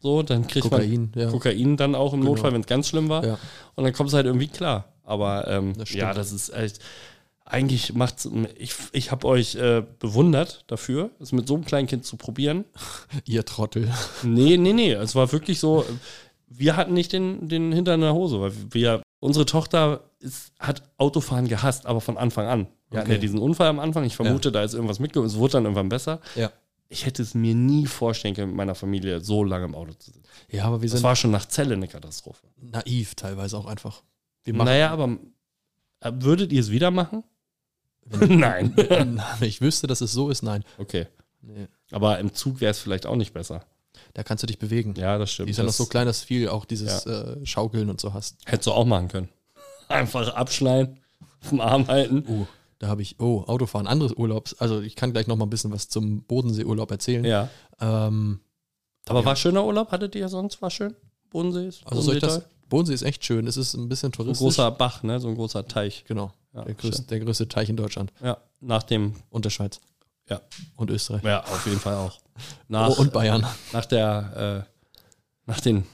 so, dann kriegt man
Kokain, ja. Genau.
Kokain dann auch im Notfall, wenn es ganz schlimm war
Ja.
und dann kommst du halt irgendwie klar. Aber ähm,
Das stimmt.
ja, das ist echt, Eigentlich macht's. Ich, ich habe euch äh, bewundert dafür, es mit so einem kleinen Kind zu probieren.
Ihr Trottel.
Nee, nee, nee. Es war wirklich so, wir hatten nicht den, den Hintern in der Hose, weil wir, unsere Tochter ist, hat Autofahren gehasst, aber von Anfang an. Wir hatten
Okay.
ja diesen Unfall am Anfang. Ich vermute, da ist irgendwas mitgekommen. Es wurde dann irgendwann besser.
Ja.
Ich hätte es mir nie vorstellen können, mit meiner Familie so lange im Auto zu sitzen.
Ja, aber wir
Das
sind
war schon nach Zelle eine Katastrophe.
naiv teilweise auch einfach. Wir machen,
Naja, aber äh, würdet ihr es wieder machen? Nein.
Wenn ich wüsste, dass es so ist, nein.
Okay.
Nee.
Aber im Zug wäre es vielleicht auch nicht besser.
Da kannst du dich bewegen.
Ja, das stimmt.
Die ist ja noch
Das
so klein, dass du viel auch dieses äh, Schaukeln und so hast.
Hättest du auch machen können. Einfach abschneiden, auf dem Arm halten.
Oh, da habe ich, oh, Autofahren, anderes Urlaubs. Also ich kann gleich noch mal ein bisschen was zum Bodenseeurlaub erzählen.
Ja.
Ähm,
Aber
Ja.
war schöner Urlaub? Hattet ihr sonst? War schön? Bodensee ist
also soll ich das,
toll.
Bodensee ist echt schön. Es ist ein bisschen
So ein
touristisch.
großer Bach, ne? So ein großer Teich.
genau.
Ja,
der, größte, der größte Teich in Deutschland
schön. ja nach dem,
und der Schweiz.
Ja.
Und Österreich.
ja, auf jeden Fall auch. Nach,
oh, und Bayern.
nach der, äh, nach den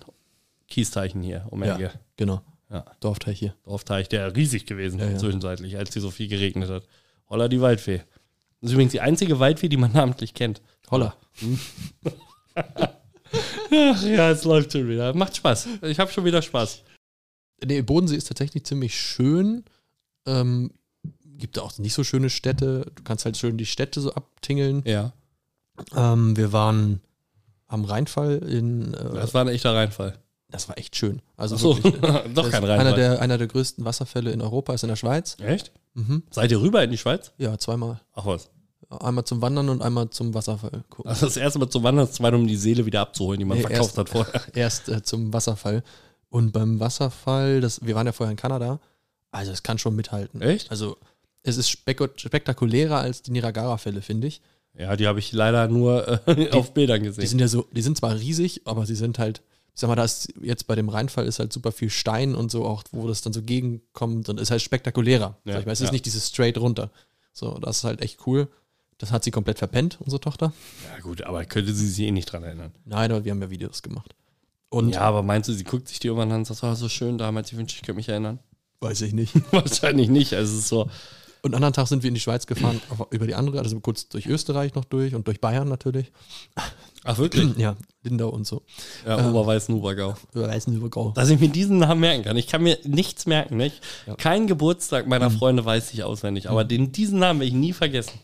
Kiesteichen hier um die
Ja.
Ecke.
Genau.
Ja.
Dorfteich hier.
Dorfteich, der riesig gewesen
Ja, ja.
zwischenzeitlich, als hier so viel geregnet hat. Holla die Waldfee. Das ist übrigens die einzige Waldfee, die man namentlich kennt.
Holla.
Ach ja, es läuft schon wieder. Macht Spaß. Ich habe schon wieder Spaß.
Nee, Bodensee ist tatsächlich ziemlich schön. Ähm, gibt da auch nicht so schöne Städte. Du kannst halt schön die Städte so abtingeln.
Ja.
Ähm, wir waren am Rheinfall in. Äh,
Das war ein echter Reinfall.
das war echt schön. Also
Achso,
wirklich, äh,
doch
das
kein
ist einer
Reinfall.
der, einer der größten Wasserfälle in Europa ist in der Schweiz.
Echt?
Mhm.
Seid ihr rüber in die Schweiz?
Ja, zweimal.
Ach was.
Einmal zum Wandern und einmal zum Wasserfall gucken.
Also das erste Mal zum Wandern, das zweite, um die Seele wieder abzuholen, die man
Nee,
verkauft
erst-
hat vorher.
Erst äh, zum Wasserfall. Und beim Wasserfall, das, wir waren ja vorher in Kanada, also es kann schon mithalten.
Echt?
Also es ist speko- spektakulärer als die Niagara-Fälle, finde ich.
Ja, die habe ich leider nur äh, auf Bildern
Die
gesehen.
sind ja so, die sind zwar riesig, aber sie sind halt, ich sag mal, da ist jetzt bei dem Rheinfall ist halt super viel Stein und so auch, wo das dann so gegenkommt und ist halt spektakulärer.
Ja,
sag ich mal, es
ja.
ist nicht dieses straight runter. So, das ist halt echt cool. Das hat sie komplett verpennt, unsere Tochter.
Ja gut, aber könnte sie sich eh nicht dran erinnern.
Nein, aber wir haben ja Videos gemacht. Und
Ja, aber meinst du, sie guckt sich die irgendwann an und sagt, oh, so schön damals, ich wünschte, ich könnte mich erinnern?
weiß ich nicht.
Wahrscheinlich nicht. Also es ist so,
Und anderen Tag sind wir in die Schweiz gefahren, auf- über die andere, also kurz durch Österreich noch durch und durch Bayern natürlich.
ach wirklich?
ja, Lindau und so.
Ja, Oberweißen, Obergau.
Über Weißenübergau.
Dass ich mir diesen Namen merken kann. Ich kann mir nichts merken. Nicht?
Ja.
Kein Geburtstag meiner Freunde weiß ich auswendig, aber den, diesen Namen werde ich nie vergessen.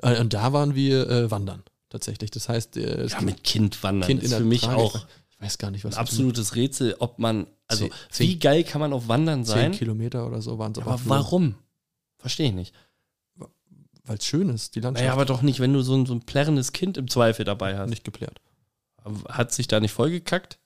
Äh, Und da waren wir äh, wandern, tatsächlich. Das heißt, äh, es
Ja,
gibt
mit Kind wandern
Kind in
ist
der
für mich
Trage-
auch
Ich weiß gar nicht, was
ein absolutes Rätsel, ob man, also
Zehn- zehn-
wie geil kann man auf Wandern
zehn
sein?
Kilometer oder so waren es.
Aber warum? Verstehe ich nicht.
Weil es schön ist, die Landschaft
Naja, aber doch nicht, wenn du so ein, so ein plärrendes Kind im Zweifel dabei hast.
nicht geplärt.
Hat sich da nicht vollgekackt?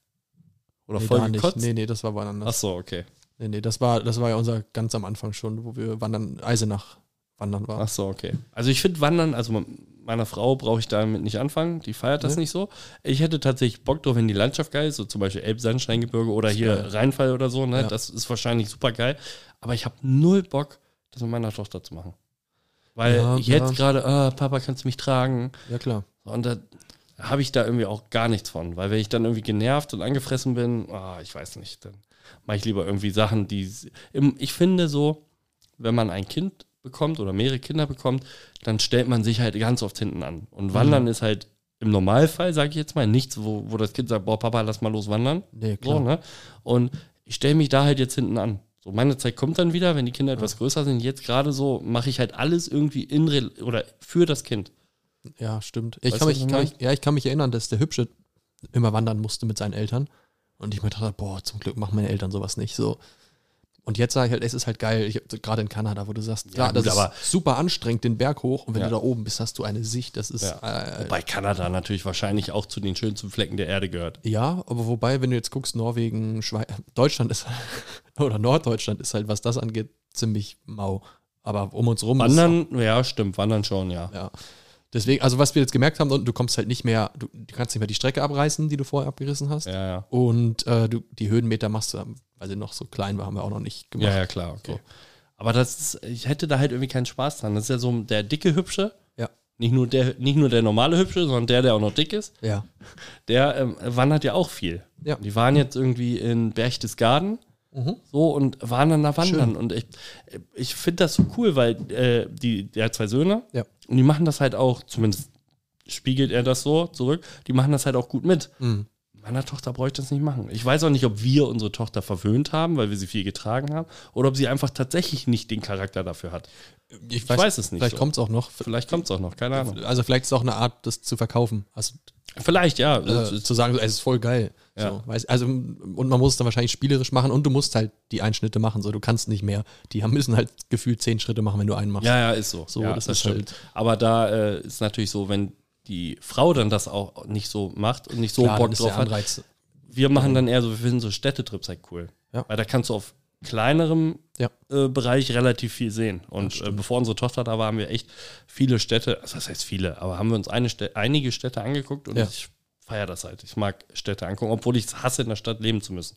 Oder
Nee, da nicht.
vollgekotzt?
Nee, nee, das war woanders.
Ach so, okay.
Nee, nee, das war, das war ja unser ganz am Anfang schon, wo wir wandern, Eisenach wandern waren.
Ach so, okay. Also ich finde Wandern, also man- meiner Frau brauche ich damit nicht anfangen, die feiert das
Nee.
nicht so. Ich hätte tatsächlich Bock drauf, wenn die Landschaft geil ist, so zum Beispiel Elbsandsteingebirge oder
Ist
hier
geil.
Rheinfall oder so, ne?
Ja.
Das ist wahrscheinlich super geil. Aber ich habe null Bock, das mit meiner Tochter zu machen. Weil
Ja,
ich
ja.
jetzt gerade, ah, Papa, kannst du mich tragen?
Ja, klar.
Und da habe ich da irgendwie auch gar nichts von, weil wenn ich dann irgendwie genervt und angefressen bin, ah, ich weiß nicht, dann mache ich lieber irgendwie Sachen, die s- im, ich finde so, wenn man ein Kind bekommt oder mehrere Kinder bekommt, dann stellt man sich halt ganz oft hinten an. Und Wandern ist halt im Normalfall, sage ich jetzt mal, nichts, wo, wo das Kind sagt, boah, Papa, lass mal los wandern.
Nee,
So,
klar.
ne? Und ich stelle mich da halt jetzt hinten an. So, meine Zeit kommt dann wieder, wenn die Kinder etwas größer sind. Jetzt gerade so mache ich halt alles irgendwie in Re- oder für das Kind.
Ja, stimmt. Ich
Weißt
kann,
du,
mich,
was ich
kann mich, ja, ich kann mich erinnern, dass der Hübsche immer wandern musste mit seinen Eltern. Und ich mir dachte, boah, zum Glück machen meine Eltern sowas nicht. So. Und jetzt sage ich halt, es ist halt geil, ich, gerade in Kanada, wo du sagst, klar,
gut,
das ist
aber-
super anstrengend, den Berg hoch. Und wenn
Ja.
du da oben bist, hast du eine Sicht. Das ist
Ja.
äh,
Wobei Kanada natürlich wahrscheinlich auch zu den schönsten Flecken der Erde gehört.
Ja, aber wobei, wenn du jetzt guckst, Norwegen, Schweiz, Deutschland ist oder Norddeutschland ist halt, was das angeht, ziemlich mau. Aber um uns rum ist
Wandern, ja, stimmt, wandern schon, ja.
ja. Deswegen, also was wir jetzt gemerkt haben, unten, du kommst halt nicht mehr, du, du kannst nicht mehr die Strecke abreißen, die du vorher abgerissen hast.
Ja, ja.
Und äh, du, die Höhenmeter machst du, weil sie noch so klein war, haben wir auch noch nicht gemacht.
Ja, ja, klar, okay. Aber das ist, ich hätte da halt irgendwie keinen Spaß dran. Das ist ja so der dicke Hübsche.
Ja.
Nicht nur der, nicht nur der normale Hübsche, sondern der, der auch noch dick ist.
Ja.
Der ähm, wandert ja auch viel.
Ja.
Die waren jetzt irgendwie in Berchtesgaden.
Mhm.
So und waren dann da wandern.
Schön.
Und ich, ich finde das so cool, weil äh, die, der hat zwei Söhne
Ja.
und die machen das halt auch, zumindest spiegelt er das so zurück, die machen das halt auch gut mit.
Mhm.
Meiner Tochter bräuchte ich das nicht machen. Ich weiß auch nicht, ob wir unsere Tochter verwöhnt haben, weil wir sie viel getragen haben, oder ob sie einfach tatsächlich nicht den Charakter dafür hat.
Ich,
weiß es nicht
Vielleicht
so.
kommt es auch noch.
Vielleicht kommt es auch noch, keine Ahnung.
Also vielleicht ist es auch eine Art, das zu verkaufen. Also
Vielleicht, ja.
äh, zu sagen, so, es ist voll geil.
Ja.
So, weiß, also, und man muss es dann wahrscheinlich spielerisch machen und du musst halt die Einschnitte machen. So, du kannst nicht mehr. Die haben, müssen halt gefühlt zehn Schritte machen, wenn du einen machst.
Ja, ja, ist so.
So,
ja,
das ist halt-
Aber da äh, ist natürlich so, wenn die Frau dann das auch nicht so macht und nicht so
Klar, dann
Bock
ist
drauf
der
hat.
Anreiz.
Wir machen dann eher so, wir finden so Städtetrips halt cool.
Ja.
Weil da kannst du auf kleinerem
Ja.
äh, Bereich relativ viel sehen. Und äh,
stimmt.
bevor unsere Tochter da war, haben wir echt viele Städte, also das heißt viele, aber haben wir uns eine Stä einige Städte angeguckt und
Ja.
ich feiere das halt. Ich mag Städte angucken, obwohl ich es hasse, in der Stadt leben zu müssen.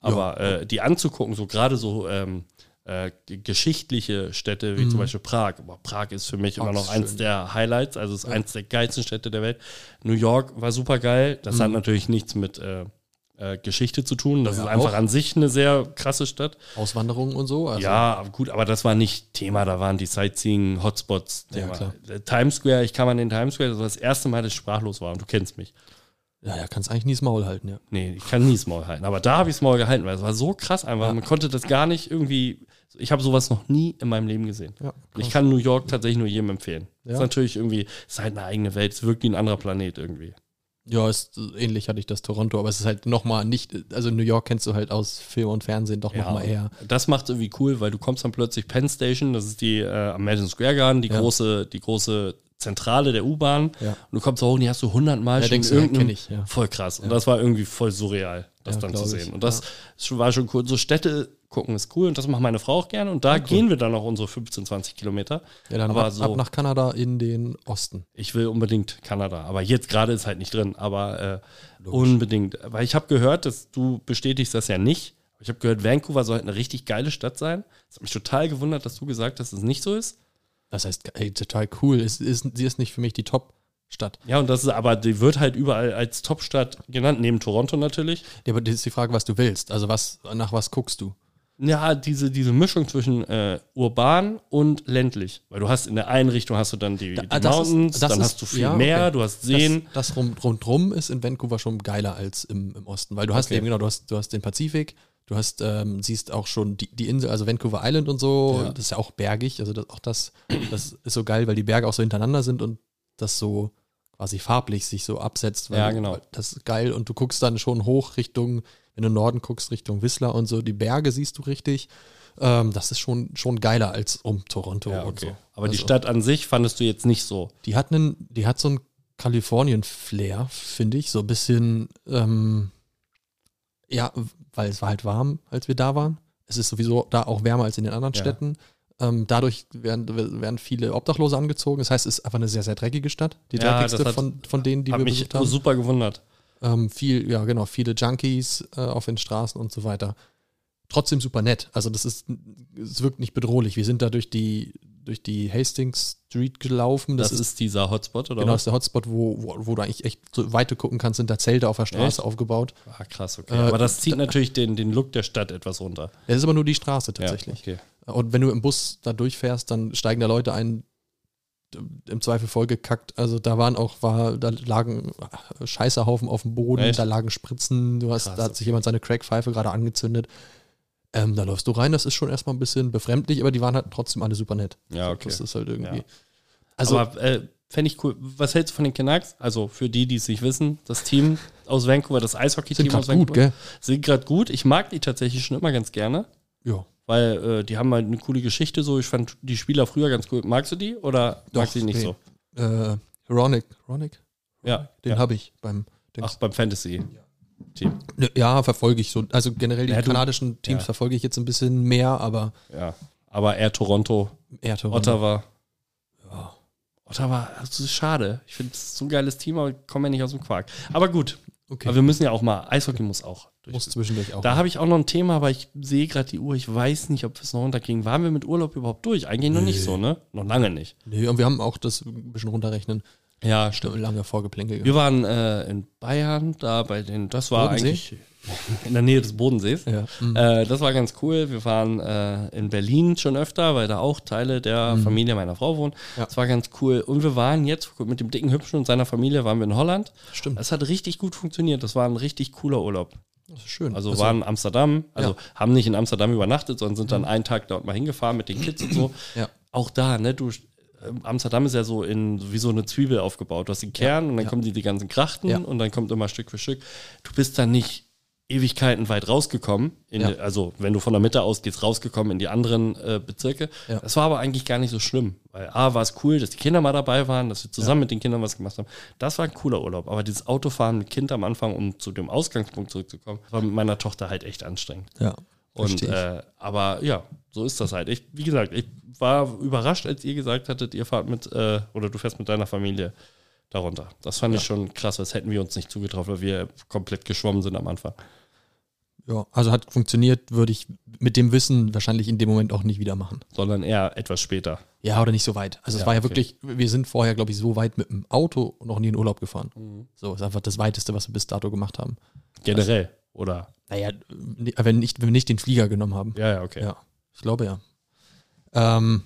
Aber äh, die anzugucken, so gerade so ähm, äh, g- geschichtliche Städte wie zum Beispiel Prag. Aber Prag ist für mich
Prag
immer
Mhm. ist
noch eins
schön.
der Highlights, also ist eins der geilsten Städte der Welt. New York war super geil. Das hat natürlich nichts mit äh, äh, Geschichte zu tun. Das
Mhm. Ja,
ist einfach
auch.
an sich eine sehr krasse Stadt.
Auswanderung und so. Also,
ja, aber gut, aber das war nicht Thema. Da waren die Sightseeing-Hotspots.
Ja,
Thema.
klar.
Äh, Times Square, ich kam an den Times Square, das war das erste Mal, dass ich sprachlos war und du kennst mich.
Ja, ja, kannst eigentlich nie das Maul halten, ja.
Nee, ich kann nie das Maul halten. Aber da habe ich das Maul gehalten, weil es war so krass einfach. Man konnte das gar nicht irgendwie. Ich habe sowas noch nie in meinem Leben gesehen.
Ja,
Und ich kann New York tatsächlich nur jedem empfehlen.
Ja.
Ist natürlich irgendwie, ist halt eine eigene Welt, ist wirklich ein anderer Planet irgendwie.
Ja, ist äh, ähnlich hatte ich das Toronto, aber es ist halt nochmal nicht, also New York kennst du halt aus Film und Fernsehen doch nochmal eher.
Das macht irgendwie cool, weil du kommst dann plötzlich Penn Station, das ist die äh, am Madison Square Garden, die
Ja.
große, die große Zentrale der U-Bahn.
Ja.
Und du kommst da hoch und die hast du hundertmal
Ja,
schon
denkst du, ja,
irgendeinem-
kenn ich, ja.
Voll krass. Und das war irgendwie voll surreal, das
Ja,
dann zu
glaub ich,
sehen. Und das ist schon- war schon cool. So Städte gucken ist cool und das macht meine Frau auch gerne. Und da gehen wir dann auch unsere 15, 20 Kilometer.
Ja, dann
aber
ab,
so,
ab nach Kanada in den Osten.
ich will unbedingt Kanada. Aber jetzt gerade ist halt nicht drin. Aber äh, unbedingt. Weil ich habe gehört, dass du bestätigst das ja nicht. Ich habe gehört, Vancouver soll halt eine richtig geile Stadt sein. Das hat mich total gewundert, dass du gesagt hast, dass es nicht so ist.
Das heißt, ey, total cool. Es ist, sie ist nicht für mich die Top-Stadt.
Ja, und das ist aber, die wird halt überall als Topstadt genannt, neben Toronto natürlich.
Ja, aber das ist die Frage, was du willst. Also was, nach was guckst du?
Ja, diese, diese Mischung zwischen äh, urban und ländlich. Weil du hast in der einen Richtung hast du dann die, die
Da- ah, das ist-
Mountains,
das
dann
ist-
hast du viel
ja,
Meer,
okay.
du hast Seen.
Das, das rum, rundrum ist in Vancouver schon geiler als im, im Osten, weil du hast
Okay.
eben genau, du hast, du hast den Pazifik, du hast, ähm, siehst auch schon die, die Insel, also Vancouver Island und so,
Ja.
das ist ja auch bergig, also das, auch das, das ist so geil, weil die Berge auch so hintereinander sind und das so quasi farblich sich so absetzt. Weil
Ja, genau.
Das ist geil und du guckst dann schon hoch Richtung, wenn du in den Norden guckst, Richtung Whistler und so, die Berge siehst du richtig. Ähm, das ist schon, schon geiler als um Toronto
ja,
und
okay.
so.
Aber die
Also-
Stadt an sich fandest du jetzt nicht so.
die hat einen, die hat so einen Kalifornien-Flair, finde ich. So ein bisschen, ähm, ja, weil es war halt warm, als wir da waren. Es ist sowieso da auch wärmer als in den anderen
Ja.
Städten. Ähm, dadurch werden, werden viele Obdachlose angezogen. Das heißt, es ist einfach eine sehr, sehr dreckige Stadt. Die
Ja,
dreckigste
das hat-
von, von denen, die
Hat
wir
mich
besucht haben.
super gewundert.
Ähm, viel, ja, genau, viele Junkies äh, auf den Straßen und so weiter. Trotzdem super nett. Also das ist, es wirkt nicht bedrohlich. Wir sind da durch die, durch die Hastings Street gelaufen.
Das,
ist
ist dieser Hotspot, oder
Genau,
was?
ist der Hotspot, wo, wo, wo du eigentlich echt so weite gucken kannst, sind da Zelte auf der Straße aufgebaut.
Ah, krass, okay.
Äh,
Aber das zieht natürlich den, den Look der Stadt etwas runter.
Es ist aber nur die Straße tatsächlich.
Ja, okay.
Und wenn du im Bus da durchfährst, dann steigen da Leute ein, d- im Zweifel vollgekackt. Also da waren auch, war, da lagen Scheißerhaufen auf dem Boden,
Echt?
da lagen Spritzen, du hast,
Krass,
da hat sich jemand seine Crackpfeife gerade angezündet. Ähm, da läufst du rein, das ist schon erstmal ein bisschen befremdlich, aber die waren halt trotzdem alle super nett.
Ja, okay.
Das ist halt irgendwie.
Ja.
Also,
Aber äh, fände ich cool. Was hältst du von den Canucks? Also für die, die es nicht wissen, das Team aus Vancouver, das
sind
Eishockey-Team aus
gerade gut,
Vancouver,
gell?
sind gerade gut. Ich mag die tatsächlich schon immer ganz gerne.
Ja.
Weil äh, die haben halt eine coole Geschichte so. Ich fand die Spieler früher ganz cool. Magst du die oder magst du die nicht
nee.
so?
Äh, Ronick, Ronick,
Ja.
den
ja.
habe ich beim Dings.
Ach, beim Fantasy-Team.
Ne, Ja, verfolge ich so. Also generell die
Ja, du-
kanadischen Teams
ja.
verfolge ich jetzt ein bisschen mehr, aber
Ja. Aber eher Toronto,
eher Toronto.
Ottawa.
Ja.
Ottawa, das ist schade. Ich finde, es ist so ein geiles Team, aber kommen ja nicht aus dem Quark. Aber gut,
Okay.
aber wir müssen ja auch mal, Eishockey muss auch durch.
Muss zwischendurch auch.
Da habe ich auch noch ein Thema, aber ich sehe gerade die Uhr. Ich weiß nicht, ob wir es noch runterkriegen. Waren wir mit Urlaub überhaupt durch? Eigentlich noch nicht so, ne? Noch lange nicht.
nee, und wir haben auch das ein bisschen runterrechnen.
Ja,
Lange vorgeplänkelt.
Wir waren äh, in Bayern, da bei den, das war
Bodensee?
eigentlich, in der Nähe des Bodensees.
Ja.
Äh, das war ganz cool. Wir waren äh, in Berlin schon öfter, weil da auch Teile der Familie meiner Frau wohnen.
Mhm. Ja.
Das war ganz cool. Und wir waren jetzt mit dem dicken Hübschen und seiner Familie waren wir in Holland.
Stimmt.
Das hat richtig gut funktioniert. Das war ein richtig cooler Urlaub.
Das ist schön.
Also waren in Amsterdam, also
Ja. Mhm.
haben nicht in Amsterdam übernachtet, sondern sind dann einen Tag dort mal hingefahren mit den Kids und so.
Ja.
Auch da, ne, du, ähm, Amsterdam ist ja so in wie so eine Zwiebel aufgebaut. Du hast den Kern und dann
Ja.
kommen die, die ganzen Krachten
Ja.
und dann kommt immer Stück für Stück. Du bist dann nicht Ewigkeiten weit rausgekommen. In,
Ja.
Also wenn du von der Mitte ausgehst, rausgekommen in die anderen äh, Bezirke.
Ja.
Das war aber eigentlich gar nicht so schlimm. Weil A, war es cool, dass die Kinder mal dabei waren, dass wir zusammen mit den Kindern was gemacht haben. Das war ein cooler Urlaub. Aber dieses Autofahren mit Kind am Anfang, um zu dem Ausgangspunkt zurückzukommen, war mit meiner Tochter halt echt anstrengend.
ja.
Und
Versteh ich.
äh, aber ja, so ist das halt. Ich, wie gesagt, ich war überrascht, als ihr gesagt hattet, ihr fahrt mit äh, oder du fährst mit deiner Familie darunter. Das fand ich schon krass, das hätten wir uns nicht zugetraut, weil wir komplett geschwommen sind am Anfang.
ja. Also hat funktioniert, würde ich mit dem Wissen wahrscheinlich in dem Moment auch nicht wieder machen.
Sondern eher etwas später.
Ja, oder nicht so weit. Also es
Ja,
war ja
okay.
wirklich, wir sind vorher, glaube ich, so weit mit dem Auto noch nie in Urlaub gefahren.
Mhm.
So, ist einfach das Weiteste, was wir bis dato gemacht haben.
Generell. Oder.
Naja, wenn, nicht, wenn wir nicht den Flieger genommen haben.
Ja, ja, okay.
Ja, ich glaube ja. Ähm,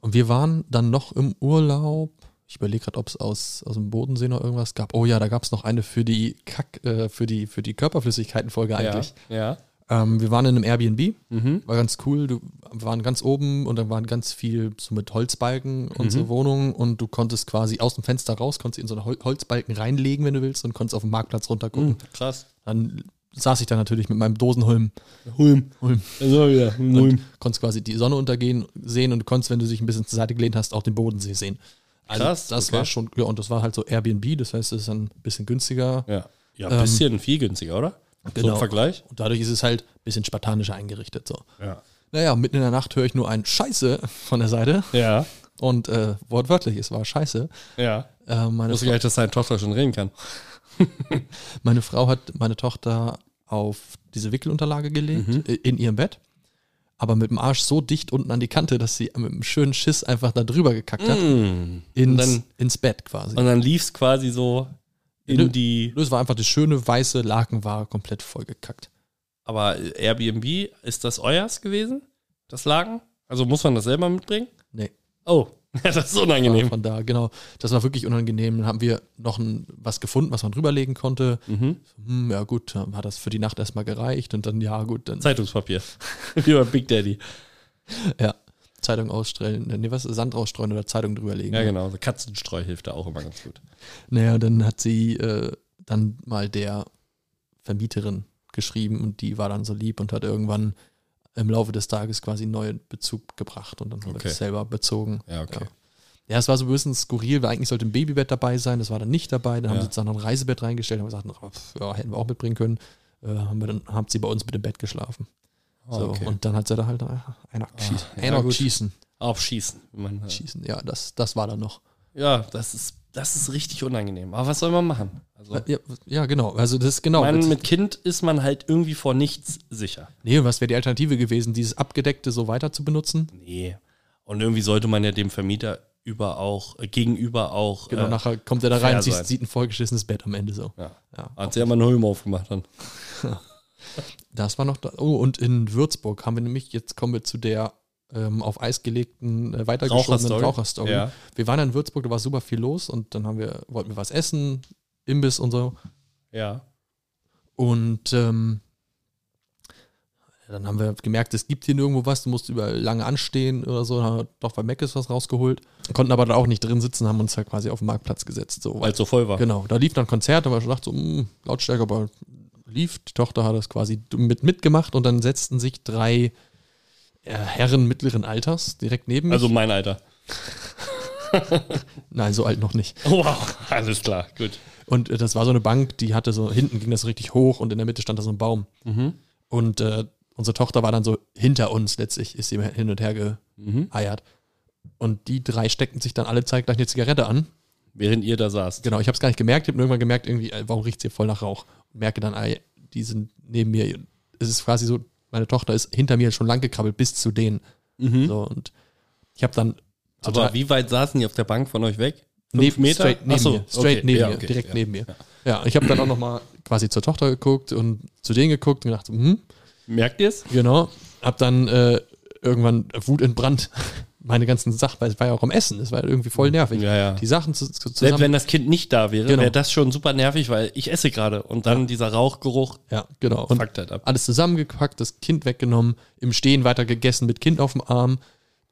und wir waren dann noch im Urlaub. Ich überlege gerade, ob es aus, aus dem Bodensee noch irgendwas gab. Oh ja, da gab es noch eine für die Kack, äh, für die, für die Körperflüssigkeiten-Folge eigentlich.
Ja.
Ähm, wir waren in einem Airbnb,
Mhm.
war ganz cool. Du, wir waren ganz oben und dann waren ganz viel so mit Holzbalken unsere
Mhm.
Wohnung und du konntest quasi aus dem Fenster raus, konntest in so einen Hol Holzbalken reinlegen, wenn du willst, und konntest auf den Marktplatz runtergucken.
Hm, Krass.
Dann saß ich da natürlich mit meinem Dosenholm
Hulm.
Ulm.
So wieder.
und konntest quasi die Sonne untergehen sehen und konntest, wenn du dich ein bisschen zur Seite gelehnt hast, auch den Bodensee sehen. Also
Krass,
das
okay.
war schon, ja, und das war halt so Airbnb, das heißt, es ist dann ein bisschen günstiger.
Ja. Ja, ein bisschen viel günstiger, oder? So
Ähm, Genau.
im Vergleich.
Und dadurch ist es halt ein bisschen spartanischer eingerichtet. So.
Ja.
Naja, mitten in der Nacht höre ich nur ein Scheiße von der Seite.
Ja.
Und äh, wortwörtlich, es war Scheiße.
Ja.
Äh, meine,
Wusste
Frau,
gar nicht, dass deine Tochter schon reden kann. halt
meine Frau hat meine Tochter auf diese Wickelunterlage gelegt,
Mhm.
äh, in ihrem Bett. Aber mit dem Arsch so dicht unten an die Kante, dass sie mit einem schönen Schiss einfach da drüber gekackt hat.
Mhm.
Ins,
dann-
ins Bett quasi.
Und dann lief es quasi so in
Nö.
die.
Das war einfach das schöne weiße Laken war komplett vollgekackt.
Aber Airbnb, ist das euers gewesen? Das Lagen? Also muss man das selber mitbringen?
Nee.
Oh, ja, das ist unangenehm.
Von da, genau. Das war wirklich unangenehm. Dann haben wir noch ein, was gefunden, was man drüberlegen konnte.
Mhm.
Hm, ja, gut, dann hat das für die Nacht erstmal gereicht und dann, ja, gut, dann
Zeitungspapier. Wie bei Big Daddy.
ja, Zeitung ausstreuen. Nee, was? Sand rausstreuen oder Zeitung drüberlegen.
Ja, genau. So Katzenstreu hilft da auch immer ganz gut.
Naja, und dann hat sie äh, dann mal der Vermieterin geschrieben und die war dann so lieb und hat irgendwann im Laufe des Tages quasi einen neuen Bezug gebracht und dann haben
Okay.
wir das selber bezogen.
Ja, okay.
Ja, es war so ein bisschen skurril, weil eigentlich sollte ein Babybett dabei sein, das war dann nicht dabei. Dann haben
Ja.
sie uns dann noch ein Reisebett reingestellt, haben gesagt, na, pf, ja, hätten wir auch mitbringen können. Äh, haben, wir dann, haben sie bei uns mit dem Bett geschlafen.
Oh,
so,
okay. Ah,
Und dann hat sie da halt einer geschießen.
ja,
einer
gut.
schießen.
Aufschießen. wenn Man, äh,
schießen. Ja, das, das war dann noch.
ja, das ist, das ist richtig unangenehm. Aber was soll man machen? Also,
Ja, ja, genau. Also das ist genau.
man, mit Kind ist man halt irgendwie vor nichts sicher.
nee, was wäre die Alternative gewesen, dieses Abgedeckte so weiter zu benutzen?
Nee. Und irgendwie sollte man ja dem Vermieter über auch, äh, gegenüber auch.
Genau,
äh,
nachher kommt er da
fair
rein und
sein.
sieht, sieht ein vollgeschissenes Bett am Ende so.
ja.
Ja.
Hat sie ja mal einen Hulm aufgemacht dann.
Das war noch da. Oh, und in Würzburg haben wir nämlich, jetzt kommen wir zu der ähm, auf Eis gelegten, äh, weitergeschobenen
Raucherstory.
Raucherstory.
Ja.
Wir waren in Würzburg, da war super viel los und dann haben wir, wollten wir was essen, Imbiss und so.
Ja.
Und ähm, dann haben wir gemerkt, es gibt hier nirgendwo was, du musst über lange anstehen oder so. Dann haben wir doch bei Mc's was rausgeholt. Konnten aber da auch nicht drin sitzen, haben uns halt quasi auf den Marktplatz gesetzt. So,
Weil es so voll war.
Genau, da lief dann ein Konzert, da war schon gedacht, so, mh, Lautstärke, aber lief. Die Tochter hat das quasi mit, mitgemacht und dann setzten sich drei äh, Herren mittleren Alters direkt neben
Also
mich.
mein Alter.
Nein, so alt noch nicht.
Wow, alles klar, gut.
Und äh, das war so eine Bank, die hatte so, hinten ging das richtig hoch und in der Mitte stand da so ein Baum. Und äh, unsere Tochter war dann so hinter uns letztlich, ist sie hin und her geeiert. Und die drei steckten sich dann alle zeitgleich eine Zigarette an.
Während ihr da saßt.
Genau, ich habe es gar nicht gemerkt. Ich habe irgendwann gemerkt, irgendwie, äh, warum riecht's hier voll nach Rauch? Und merke dann, ey, die sind neben mir. Es ist quasi so, meine Tochter ist hinter mir schon lang gekrabbelt bis zu denen. So, und ich habe dann
Aber wie weit saßen die auf der Bank von euch weg? Fünf Meter?
Straight neben
Ach so,
mir. Straight
okay,
neben
ja,
mir.
okay,
direkt
ja.
neben mir. Ja, ich habe dann auch nochmal quasi zur Tochter geguckt und zu denen geguckt und gedacht, mhm,
Merkt ihr es?
genau. Hab dann äh, irgendwann wutentbrannt meine ganzen Sachen, weil es war ja auch am Essen, es war irgendwie voll nervig.
Mhm. Ja, ja.
Die Sachen zu, zu,
Selbst wenn
zusammen.
das Kind nicht da wäre,
Genau.
wäre das schon super nervig, weil ich esse gerade und dann dieser Rauchgeruch
Ja, genau. Und
fuckt halt ab.
alles zusammengepackt, das Kind weggenommen, im Stehen weiter gegessen mit Kind auf dem Arm,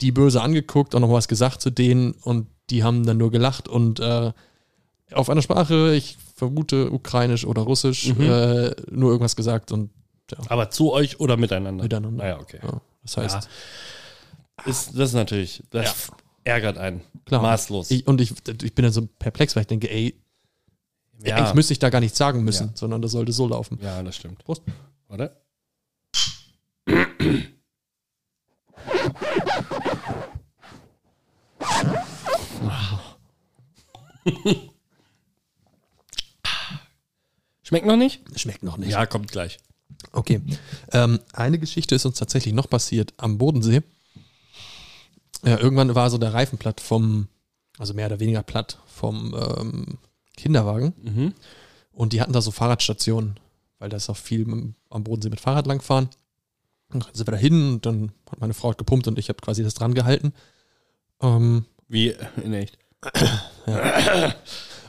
die böse angeguckt, auch noch was gesagt zu denen und die haben dann nur gelacht und äh, auf einer Sprache, ich vermute ukrainisch oder russisch, äh, nur irgendwas gesagt und
Aber zu euch oder miteinander?
Miteinander.
Naja, okay.
ja, das heißt,
Ist, das ist natürlich, das ärgert einen.
Klar.
Maßlos.
ich, und ich, ich bin dann so perplex, weil ich denke, ey,
ja.
eigentlich müsste ich da gar nichts sagen müssen,
Ja.
sondern das sollte so laufen.
ja, das stimmt.
Prost.
Oder? Schmeckt noch nicht?
Schmeckt noch nicht.
Ja, kommt gleich.
Okay. Ähm, eine Geschichte ist uns tatsächlich noch passiert am Bodensee. Ja, irgendwann war so der Reifen platt vom, also mehr oder weniger platt vom ähm, Kinderwagen.
Mhm.
Und die hatten da so Fahrradstationen, weil da ist auch viel mit- am Bodensee mit Fahrrad langfahren. Und dann sind wir da hin und dann hat meine Frau gepumpt und ich habe quasi das dran gehalten. Ähm,
Wie äh, in echt.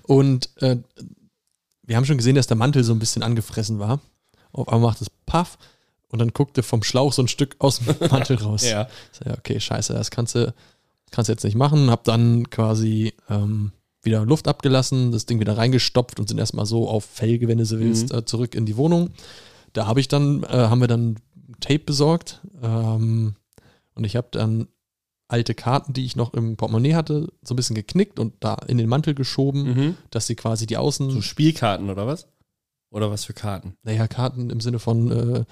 Und äh, wir haben schon gesehen, dass der Mantel so ein bisschen angefressen war. Auf einmal macht es Paff und dann guckte vom Schlauch so ein Stück aus dem Mantel raus.
Ja.
Ich so, ja, okay, scheiße, das kannst du, kannst du jetzt nicht machen. Hab dann quasi ähm, wieder Luft abgelassen, das Ding wieder reingestopft und sind erstmal so auf Felge, wenn du so willst,
Mhm.
äh, zurück in die Wohnung. Da habe ich dann, äh, haben wir dann Tape besorgt ähm, und ich habe dann alte Karten, die ich noch im Portemonnaie hatte, so ein bisschen geknickt und da in den Mantel geschoben
Mhm.
dass sie quasi die Außen,
So Spielkarten oder was? Oder was für Karten?
naja, Karten im Sinne von, äh,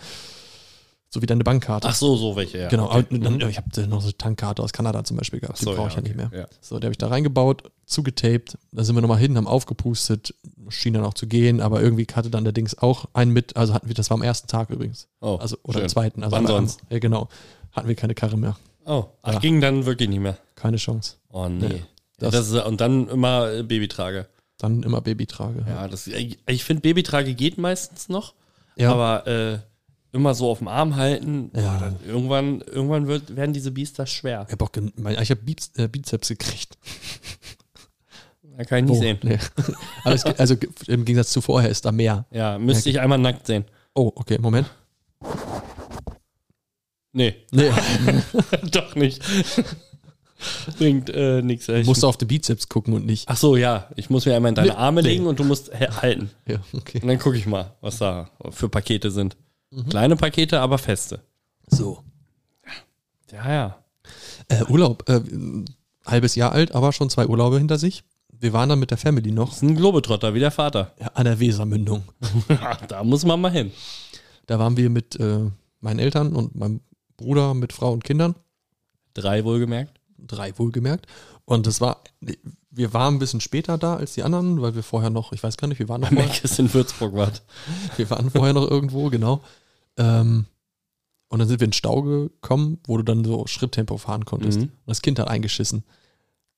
so wie deine Bankkarte.
Ach so, so welche, ja.
Genau,
okay. Mhm.
aber dann, ich habe noch so eine Tankkarte aus Kanada zum Beispiel gehabt,
Ach so,
die brauche ich ja,
okay.
nicht mehr.
Ja.
So, die habe ich da reingebaut, zugetaped, dann sind wir nochmal hin, haben aufgepustet, schien dann auch zu gehen, aber irgendwie hatte dann der Dings auch einen mit, also hatten wir, das war am ersten Tag übrigens,
Oh,
also oder
schön.
am zweiten. Also
Wann
aber am-
sonst?
Ja, genau, hatten wir keine Karre mehr,
Oh, ach,
Ja.
ging dann wirklich nicht mehr.
keine Chance.
Oh nee.
Nee,
das
das-
ist, und dann immer äh, Babytrage.
Dann immer Babytrage.
Ja, das, ich ich finde, Babytrage geht meistens noch,
Ja.
aber äh, immer so auf dem Arm halten. boah,
Ja.
dann irgendwann irgendwann wird, werden diese Biester schwer.
Ich habe auch, gen- mein- ich hab Bizeps, äh, Bizeps gekriegt.
Da kann ich nicht
Oh,
sehen.
nee. Aber es, gibt- also im Gegensatz zu vorher ist da mehr.
Ja, müsste ich einmal nackt sehen.
Oh, okay, Moment.
Nee,
Nee,
doch nicht. Bringt äh, nichts.
du musst auf den Bizeps gucken und nicht.
Ach so, ja. Ich muss mir einmal in deine
Nee,
Arme
nee.
legen und du musst he- halten.
Ja, okay.
Und dann gucke ich mal, was da für Pakete sind.
Mhm.
Kleine Pakete, aber feste.
So.
Ja, ja.
Äh, Urlaub, äh, ein halbes Jahr alt, aber schon zwei Urlaube hinter sich. Wir waren dann mit der Family noch
Ist ein Globetrotter, wie der Vater.
ja, an der Wesermündung.
da muss man mal hin.
Da waren wir mit äh, meinen Eltern und meinem Bruder mit Frau und Kindern.
Drei wohlgemerkt.
Drei wohlgemerkt. Und das war, wir waren ein bisschen später da als die anderen, weil wir vorher noch, ich weiß gar nicht, wir waren noch mal,
Mac ist in Würzburg wart.
Wir waren vorher noch irgendwo, genau. Ähm, und dann sind wir in den Stau gekommen, wo du dann so Schritttempo fahren konntest.
Mhm.
Und das Kind hat eingeschissen.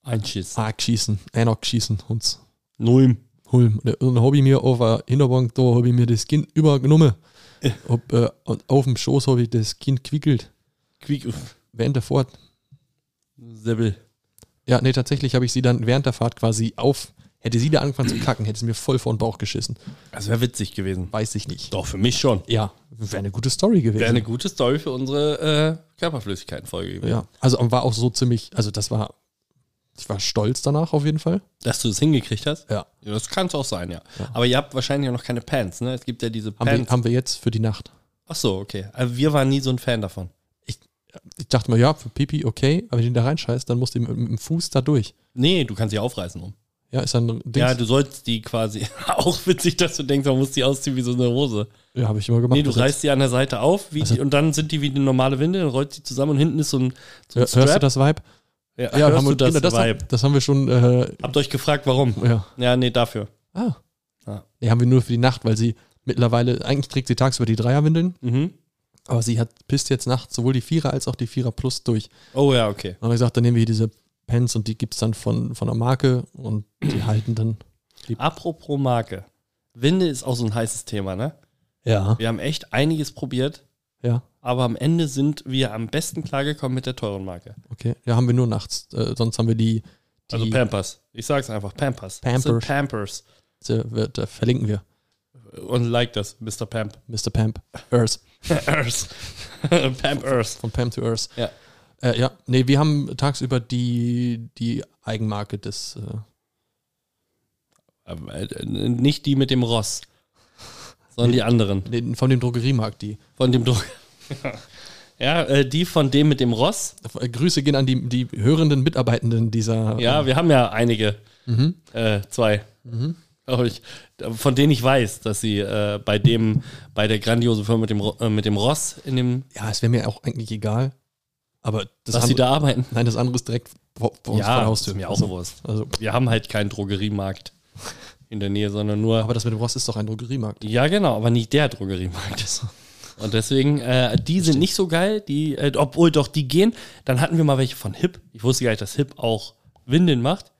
Ein Schiss.
Ah, geschießen. Äh, noch geschießen. Uns.
Null.
Hulm. Und dann hab ich mir auf der Hinterbank, da hab ich mir das Kind übergenommen. Ob, äh, und auf dem Schoß hab ich das Kind gewickelt.
Quick. uff.
Während der Fahrt.
Sebel.
Ja, nee, tatsächlich habe ich sie dann während der Fahrt quasi auf. Hätte sie da angefangen zu kacken, hätte sie mir voll vor den Bauch geschissen.
Das wäre witzig gewesen.
Weiß ich nicht.
Doch, für mich schon.
Ja, wäre eine gute Story gewesen.
Wäre eine gute Story für unsere äh, Körperflüssigkeitenfolge gewesen.
Ja, also war auch so ziemlich, also das war, ich war stolz danach auf jeden Fall.
Dass du es hingekriegt hast?
Ja.
Ja, das kann es auch sein, ja. Aber ihr habt wahrscheinlich auch noch keine Pants, ne? Es gibt ja diese
Haben, wir,
Pants.
haben wir jetzt für die Nacht.
Ach so, okay. Also wir waren nie so ein Fan davon.
Ich dachte mir, ja, für Pipi okay, aber wenn du da reinscheißt, dann musst du mit, mit dem Fuß da durch.
Nee, du kannst sie aufreißen um.
Ja, ist dann ein Dings.
Ja, du sollst die quasi. auch witzig, dass du denkst, man muss die ausziehen wie so eine Hose.
ja, habe ich immer gemacht.
Nee, du
bis jetzt.
reißt die an der Seite auf wie die, und dann sind die wie eine normale Windel, dann rollt die zusammen und hinten ist so ein, so ein
Hör- Hörst du das Vibe?
Ja, hörst du
wir-
das,
genau, das,
Vibe?
Haben, das haben wir schon, äh,
Habt euch gefragt, warum?
ja.
Ja, nee, dafür.
Ah.
Ja.
Die haben wir nur für die Nacht, weil sie mittlerweile, eigentlich trägt sie tagsüber die Dreierwindeln,
Mhm.
aber sie hat pisst jetzt nachts sowohl die Vierer als auch die Vierer Plus durch.
Oh ja, okay.
Und dann habe ich gesagt, dann nehmen wir hier diese Pants und die gibt es dann von, von der Marke und die halten dann.
Apropos Marke. Winde ist auch so ein heißes Thema, ne?
Ja.
Wir haben echt einiges probiert,
Ja,
aber am Ende sind wir am besten klargekommen mit der teuren Marke.
okay. Ja, haben wir nur nachts. Äh, sonst haben wir die. die
Also Pampers. Ich sag's einfach, Pampers. Das sind
Pampers.
Pampers.
äh, wird, äh, verlinken wir.
Und like das, Mr. Pamp.
Mr. Pamp. Earth.
Earth. Pamp Earth.
Von Pamp to Earth.
Ja.
Äh, ja, nee, wir haben tagsüber die, die Eigenmarke des. Äh,
Aber, äh, Nicht die mit dem Ross, sondern die anderen.
den- von dem Drogeriemarkt, die.
Von dem Druck. Ja, äh, die von dem mit dem Ross.
Äh, Grüße gehen an die, die hörenden Mitarbeitenden dieser.
Ja, wir haben ja einige.
Mhm.
Äh, zwei. Glaub Ich, von denen ich weiß, dass sie äh, bei dem, bei der grandiosen Firma mit dem, Ro- äh, mit dem Ross in dem,
Ja, es wäre mir auch eigentlich egal. Aber
dass
das
sie
andere-
da arbeiten.
Nein, das andere ist direkt vor, vor uns vor der
das
Haustür.
ist mir auch
also,
bewusst.
also,
Wir haben halt keinen Drogeriemarkt in der Nähe, sondern nur.
aber das mit dem Ross ist doch ein Drogeriemarkt.
ja, genau, aber nicht der Drogeriemarkt. Und deswegen, äh, die sind nicht so geil, die, äh, obwohl doch die gehen. Dann hatten wir mal welche von Hip. Ich wusste gar nicht, dass Hip auch Windeln macht.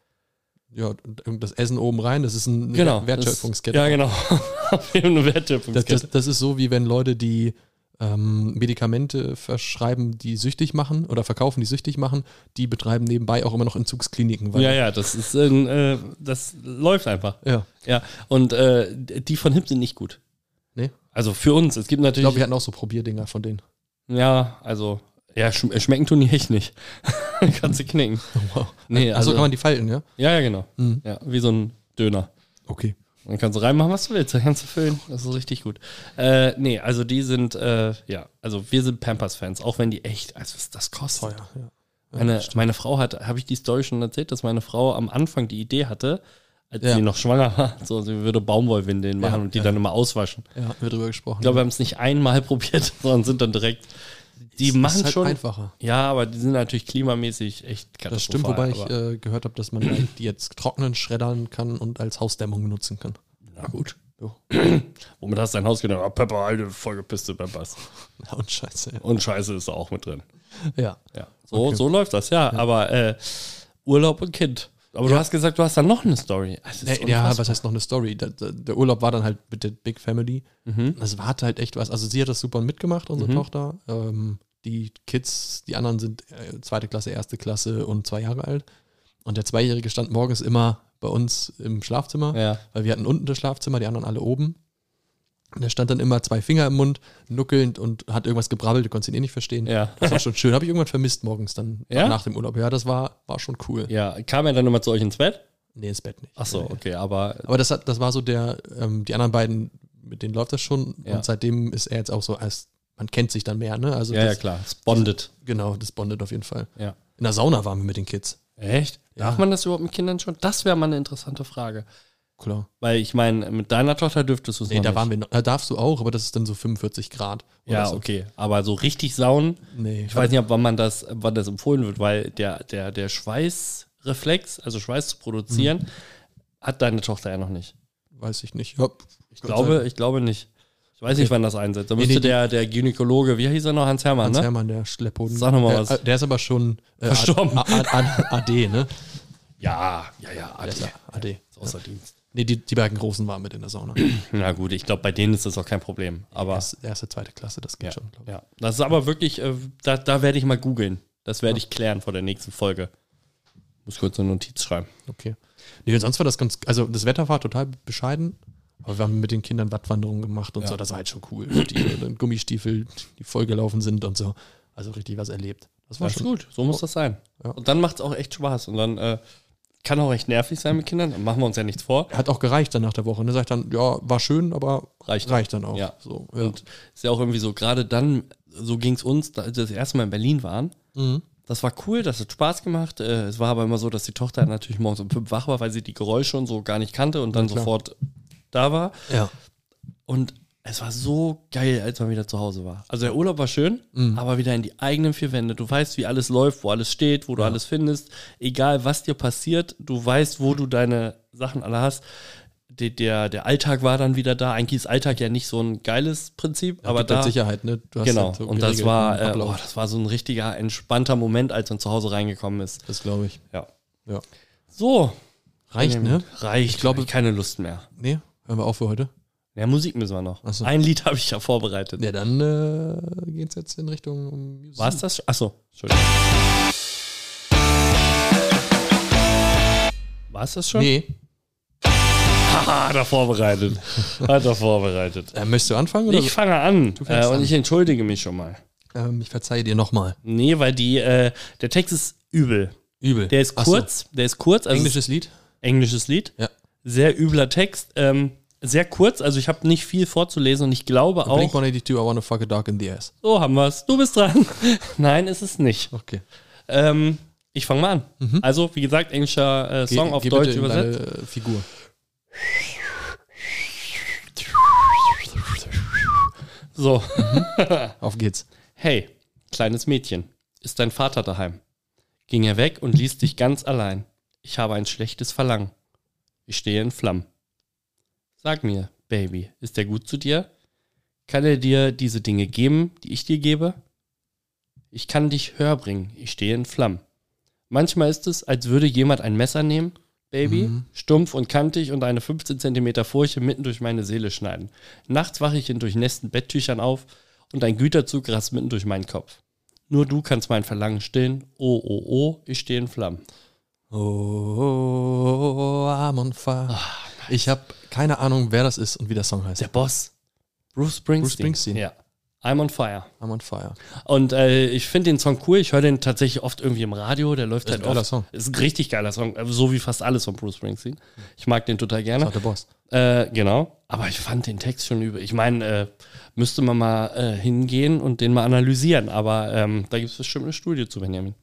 Ja, und das Essen oben rein, das ist eine
Genau.
Wert- Wertschöpfungskette.
Das, ja, genau. wir haben eine
das,
Wertschöpfungskette.
das, das ist so, wie wenn Leute, die ähm, Medikamente verschreiben, die süchtig machen oder verkaufen, die süchtig machen, die betreiben nebenbei auch immer noch Entzugskliniken.
ja, ja, das ist ein, äh, das läuft einfach.
ja.
Ja, und äh, die von Hip sind nicht gut.
Nee.
Also für uns, es gibt
Ich
natürlich,
glaube, wir hatten auch so Probierdinger von denen.
ja, also, ja, schm schmecken tun die echt nicht. Kannst du knicken.
Wow.
Nee,
Achso,
also,
kann man die falten, ja?
ja, ja, genau.
Mhm.
Ja, wie so ein Döner.
Okay.
Dann kannst du reinmachen, was du willst, dann kannst du füllen. Das ist richtig gut. Äh, nee, also die sind, äh, ja, also wir sind Pampers-Fans, auch wenn die echt, also was das kostet.
Teuer, ja.
Meine, meine Frau hat, habe ich die Story schon erzählt, dass meine Frau am Anfang die Idee hatte, als
Ja.
sie noch schwanger war, so, sie würde Baumwollwindeln machen
Ja,
und die
ja.
dann immer auswaschen.
Ja, haben wir drüber gesprochen.
Ich glaube, wir haben es nicht einmal probiert, sondern sind dann direkt. Die
Ist-
machen
ist halt
schon.
einfacher.
Ja, aber die sind natürlich klimamäßig echt katastrophal.
Das stimmt, wobei ich
aber-
äh, gehört habe, dass man die jetzt trocknen, schreddern kann und als Hausdämmung nutzen kann.
na gut.
Jo. äh
Womit hast du dein Haus genommen? Ah, Pepper, alte, vollgepisste Peppers.
Ja, und scheiße. ja.
Und Scheiße ist da auch mit drin.
Ja.
Ja. So,
Okay.
so läuft das, ja. Aber äh, Urlaub und Kind. Aber du hast gesagt, du hast dann noch eine Story. Das ist
Nee, Äh, ja,
unfassbar.
was heißt noch eine Story? Da, da, der Urlaub war dann halt mit der Big Family. Das war halt echt was. Also sie hat das super mitgemacht, unsere Tochter. Ähm, die Kids, die anderen sind äh, zweite Klasse, erste Klasse und zwei Jahre alt. Und der Zweijährige stand morgens immer bei uns im Schlafzimmer,
Ja.
weil wir hatten unten das Schlafzimmer, die anderen alle oben. Und er stand dann immer zwei Finger im Mund, nuckelnd und hat irgendwas gebrabbelt, du konntest ihn eh nicht verstehen.
Ja.
Das war schon schön. Habe ich irgendwann vermisst morgens dann
Ja?
nach dem Urlaub. Ja, das war, war schon cool.
Ja, kam er dann nochmal zu euch ins Bett?
Nee, ins Bett nicht.
Ach so,
Nee.
okay, aber
Aber das, hat, das war so der, ähm, die anderen beiden, mit denen läuft das schon.
Ja.
Und seitdem ist er jetzt auch so, als, man kennt sich dann mehr, ne? Also
ja, ja,
das,
klar, spondet.
Genau, das bondet auf jeden Fall.
Ja.
In der Sauna waren wir mit den Kids.
Echt? Darf man das überhaupt mit Kindern schon? Das wäre mal eine interessante Frage.
Klar.
Weil ich meine, mit deiner Tochter dürftest du es
Nee, da waren wir noch. Da darfst du auch, aber das ist dann so 45 Grad. oder
Ja,
so.
okay. Aber so richtig saunen,
Nee,
ich weiß nicht, ob wann man das, wann das empfohlen wird, weil der, der, der Schweißreflex, also Schweiß zu produzieren, hat deine Tochter ja noch nicht.
weiß ich nicht. Ja,
Ich glaube, ich glaube nicht. Ich weiß nicht, wann das einsetzt. Da
Nee,
müsste
nee, die-
der, der Gynäkologe, wie hieß er noch? Hans Hermann,
Hans
ne?
Hermann, der Schlepphoden.
Sag noch mal
der,
was.
äh, Der ist aber schon äh,
Verstorben.
A, A, A, AD, ne?
Ja, ja, ja.
Der ist
Adi.
AD.
Ist außer Dienst.
Nee, die, die beiden Großen waren mit in der Sauna.
Na gut, ich glaube, bei denen ist das auch kein Problem. Aber
Erste, erste, zweite Klasse, das geht
ja,
schon, glaube
ja, das ist aber wirklich, äh, da, da werde ich mal googeln. Das werde ich klären vor der nächsten Folge. Muss kurz eine Notiz schreiben.
ich. Okay. Nee, und sonst war das ganz, also das Wetter war total bescheiden, aber wir haben mit den Kindern Wattwanderungen gemacht und
Ja.
so, das war halt schon cool. Die dann Gummistiefel, die vollgelaufen sind und so. Also richtig was erlebt. Das war
Das ist
schon
gut, so muss das sein.
Ja.
Und dann macht es auch echt Spaß. Und dann äh, kann auch echt nervig sein mit Kindern. Dann machen wir uns ja nichts vor.
Hat auch gereicht dann nach der Woche. Ne? Sagt dann, ja, war schön, aber
Reicht.
reicht dann auch.
Ja.
So, ja.
Und ist ja auch irgendwie so, gerade dann, so ging es uns, da- als wir das erste Mal in Berlin waren.
Mhm.
Das war cool, das hat Spaß gemacht. Äh, Es war aber immer so, dass die Tochter natürlich morgens um fünf wach war, weil sie die Geräusche und so gar nicht kannte und dann
klar.
sofort da war.
ja.
Und es war so geil, als man wieder zu Hause war. Also der Urlaub war schön,
Mhm.
aber wieder in die eigenen vier Wände. Du weißt, wie alles läuft, wo alles steht, wo du alles findest. Egal, was dir passiert, du weißt, wo du deine Sachen alle hast. der, der, der Alltag war dann wieder da. Eigentlich ist Alltag ja nicht so ein geiles Prinzip, aber
gibt halt
da.
Sicherheit, ne? Du hast
Genau.
halt so
und das
geregelten
war, äh,
Ablauf.
oh, das war so ein richtiger entspannter Moment, als man zu Hause reingekommen ist.
das glaube ich.
Ja.
Ja.
So.
Reicht, ne?
Reicht.
Ich glaube-
Hab keine Lust mehr.
Nee, hören wir auf für heute.
Ja, Musik müssen wir noch.
Ach so.
Ein Lied habe ich ja vorbereitet.
Ja, dann äh, geht's jetzt in Richtung um Musik.
War es das? schon? Achso, Entschuldigung. War es das schon?
Nee.
Haha, Ah, hat er vorbereitet. Hat er vorbereitet.
Äh, möchtest du anfangen? Oder?
Ich fange an äh,
fängst
und
an.
ich entschuldige mich schon mal.
ähm, ich verzeihe dir nochmal.
Nee, weil die, äh, der Text ist übel.
Übel.
Der ist
Ach so.
kurz, der ist kurz, also es ist
Englisches Lied?
ein englisches Lied.
Ja.
Sehr übler Text, ähm, sehr kurz, also ich habe nicht viel vorzulesen und ich glaube
Blink
auch,
182, I wanna fuck a dog in the ass.
so haben wir's. Du bist dran. Nein, ist es nicht.
Okay.
Ähm, ich fange mal an. Also, wie gesagt, englischer äh, Song auf Deutsch
bitte in
übersetzt.
Deine, äh, Figur.
So,
Auf geht's.
hey, kleines Mädchen, ist dein Vater daheim? Ging er weg und ließ dich ganz allein. Ich habe ein schlechtes Verlangen. Ich stehe in Flammen. Sag mir, Baby, ist er gut zu dir? Kann er dir diese Dinge geben, die ich dir gebe? Ich kann dich höher bringen, ich stehe in Flammen. Manchmal ist es, als würde jemand ein Messer nehmen, Baby,
Mhm.
stumpf und kantig und eine 15 Zentimeter Furche mitten durch meine Seele schneiden. Nachts wache ich in durchnässten Betttüchern auf und ein Güterzug rast mitten durch meinen Kopf. Nur du kannst mein Verlangen stillen. Oh, oh, oh, ich stehe in Flammen.
Oh, oh, oh, I'm on fire. Ich habe keine Ahnung, wer das ist und wie der Song heißt.
Der Boss. Bruce Springsteen.
Bruce Springsteen.
Ja. I'm on fire.
I'm on fire.
Und äh, ich finde den Song cool. Ich höre den tatsächlich oft irgendwie im Radio. Der läuft
Ist
halt
ein geiler
oft.
Song. Mhm.
Ist ein richtig geiler Song. Äh, So wie fast alles von Bruce Springsteen. Ich mag den total
Das
gerne.
war der Boss.
Äh, genau. Aber ich fand den Text schon übel. Ich meine, äh, müsste man mal äh, hingehen und den mal analysieren. Aber ähm, da gibt es bestimmt eine Studie zu, Benjamin.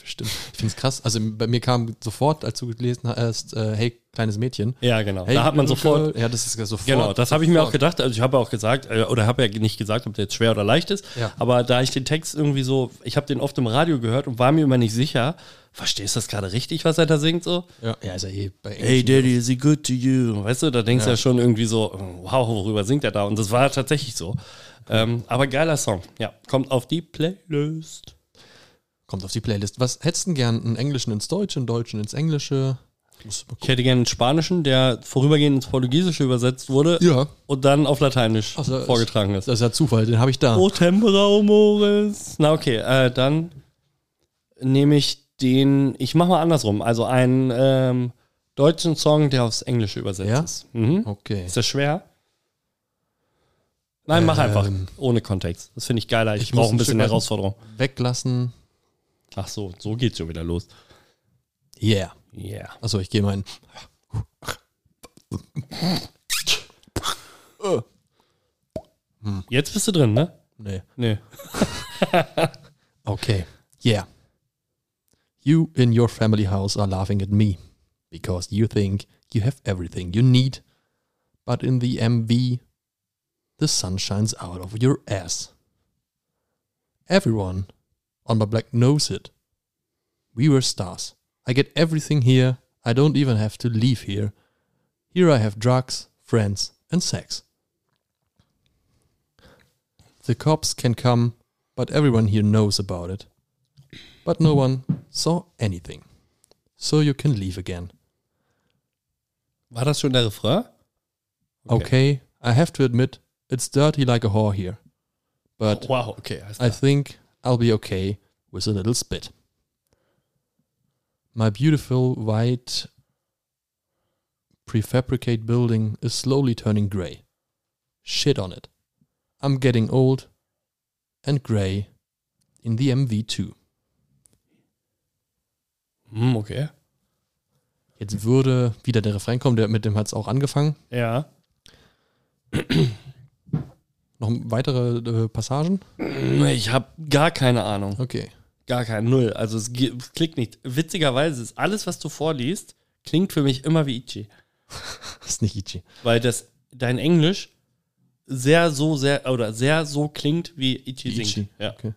Bestimmt. Ich finde es krass. Also bei mir kam sofort, als du gelesen hast, äh, hey, kleines Mädchen.
Ja, genau.
Hey,
da hat man
little
sofort.
girl. Ja, das ist ja sofort.
Genau, das habe ich mir auch
sofort.
gedacht. Also ich habe auch gesagt, äh, oder habe ja nicht gesagt, ob der jetzt schwer oder leicht ist.
Ja.
Aber da ich den Text irgendwie so, ich habe den oft im Radio gehört und war mir immer nicht sicher, verstehst du das gerade richtig, was er da singt so?
Ja, ja ist ja eh bei
Hey
Englischen-
Daddy, is he good to you? Weißt du, da denkst du ja. schon irgendwie so, wow, worüber singt er da? Und das war tatsächlich so. Ähm, aber geiler Song, ja. Kommt auf die Playlist.
Kommt auf die Playlist. Was hättest du denn gern? Einen Englischen ins Deutsche, einen Deutschen ins Englische? Muss mal
Ich hätte gerne einen Spanischen, der vorübergehend ins Portugiesische übersetzt wurde
gucken. Ja,
und dann auf Lateinisch
Also, es-
vorgetragen ist.
das ist ja Zufall, den habe ich da.
O tempera humoris. Na okay, äh, dann nehme ich den, ich mache mal andersrum, also einen ähm, deutschen Song, der aufs Englische übersetzt
Ja?
ist. Mhm.
Okay.
Ist das schwer? Nein, mach
Ähm.
einfach. Ohne Kontext. Das finde ich geiler. Ich,
Ich muss
brauche ein
ein
bisschen
Stück weit-
Herausforderung.
Weglassen.
Ach so, so geht's schon wieder los.
Yeah.
Yeah.
Achso, ich gehe meinen.
Jetzt bist du drin, ne?
Nee.
Nee.
Okay. Yeah. You in your family house are laughing at me because you think you have everything you need. But in the MV, the sun shines out of your ass. Everyone on my black knows it. We were stars. I get everything here. I don't even have to leave here. Here I have drugs, friends, and sex. The cops can come, but everyone here knows about it. But no one saw anything. So you can leave again.
War das schon der Refrain?
Okay, I have to admit, it's dirty like a whore here. But
Wow, okay. alles
I
klar.
think I'll be okay with a little spit. My beautiful white prefabricate building is slowly turning gray. Shit on it. I'm getting old and gray in the MV too.
Hm, okay.
Jetzt würde wieder der Refrain kommen, der, mit dem hat es auch angefangen.
Ja.
Noch weitere äh, Passagen?
Ich habe gar keine Ahnung.
Okay.
Gar kein Null. Also es ge- es klingt nicht. Witzigerweise ist alles, was du vorliest, klingt für mich immer wie Ichi.
Das ist nicht Ichi.
Weil das dein Englisch sehr so, sehr oder sehr so klingt, wie Ichi
Ichi.
singt. Ja.
Okay.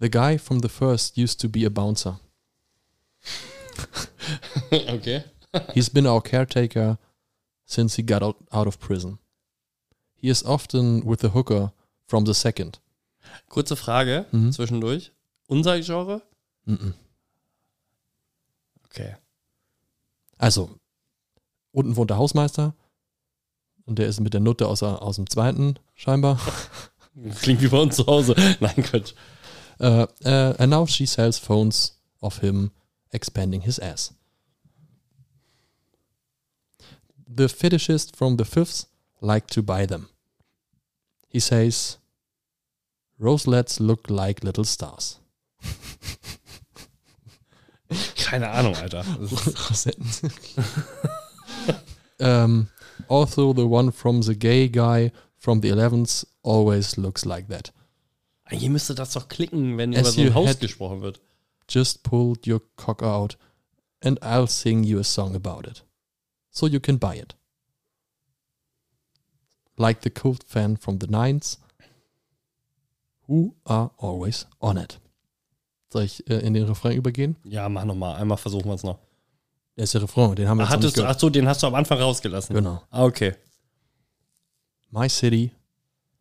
The guy from the first used to be a bouncer.
okay.
He's been our caretaker since he got out, out of prison. He is often with the hooker from the second.
Kurze Frage
Mhm.
zwischendurch. Unser Genre?
Mhm.
Okay.
Also, unten wohnt der Hausmeister und der ist mit der Nutte aus, der- aus dem zweiten, scheinbar.
Klingt wie bei uns zu Hause. Nein, Quatsch.
Äh, äh, and now she sells phones of him expanding his ass. The fetishist from the fifth like to buy them. He says, Roselets look like little stars.
Keine Ahnung, Alter. Das ist-
Rosetten. um, also, the one from the gay guy from the 11th always looks like that.
Hier müsste das doch klicken, wenn
As
über so ein
you
Haus
had-
gesprochen wird.
just pulled your cock out and I'll sing you a song about it. So you can buy it. Like the cult fan from the Nines, who are always on it. Soll ich äh, in den Refrain übergehen?
Ja, mach nochmal. Einmal versuchen wir es noch.
Der ist der Refrain, den haben wir
Ach,
jetzt noch
Ah,
nicht
hattest du,
gehört.
ach so, den hast du am Anfang rausgelassen.
Genau.
Ah, okay.
My city,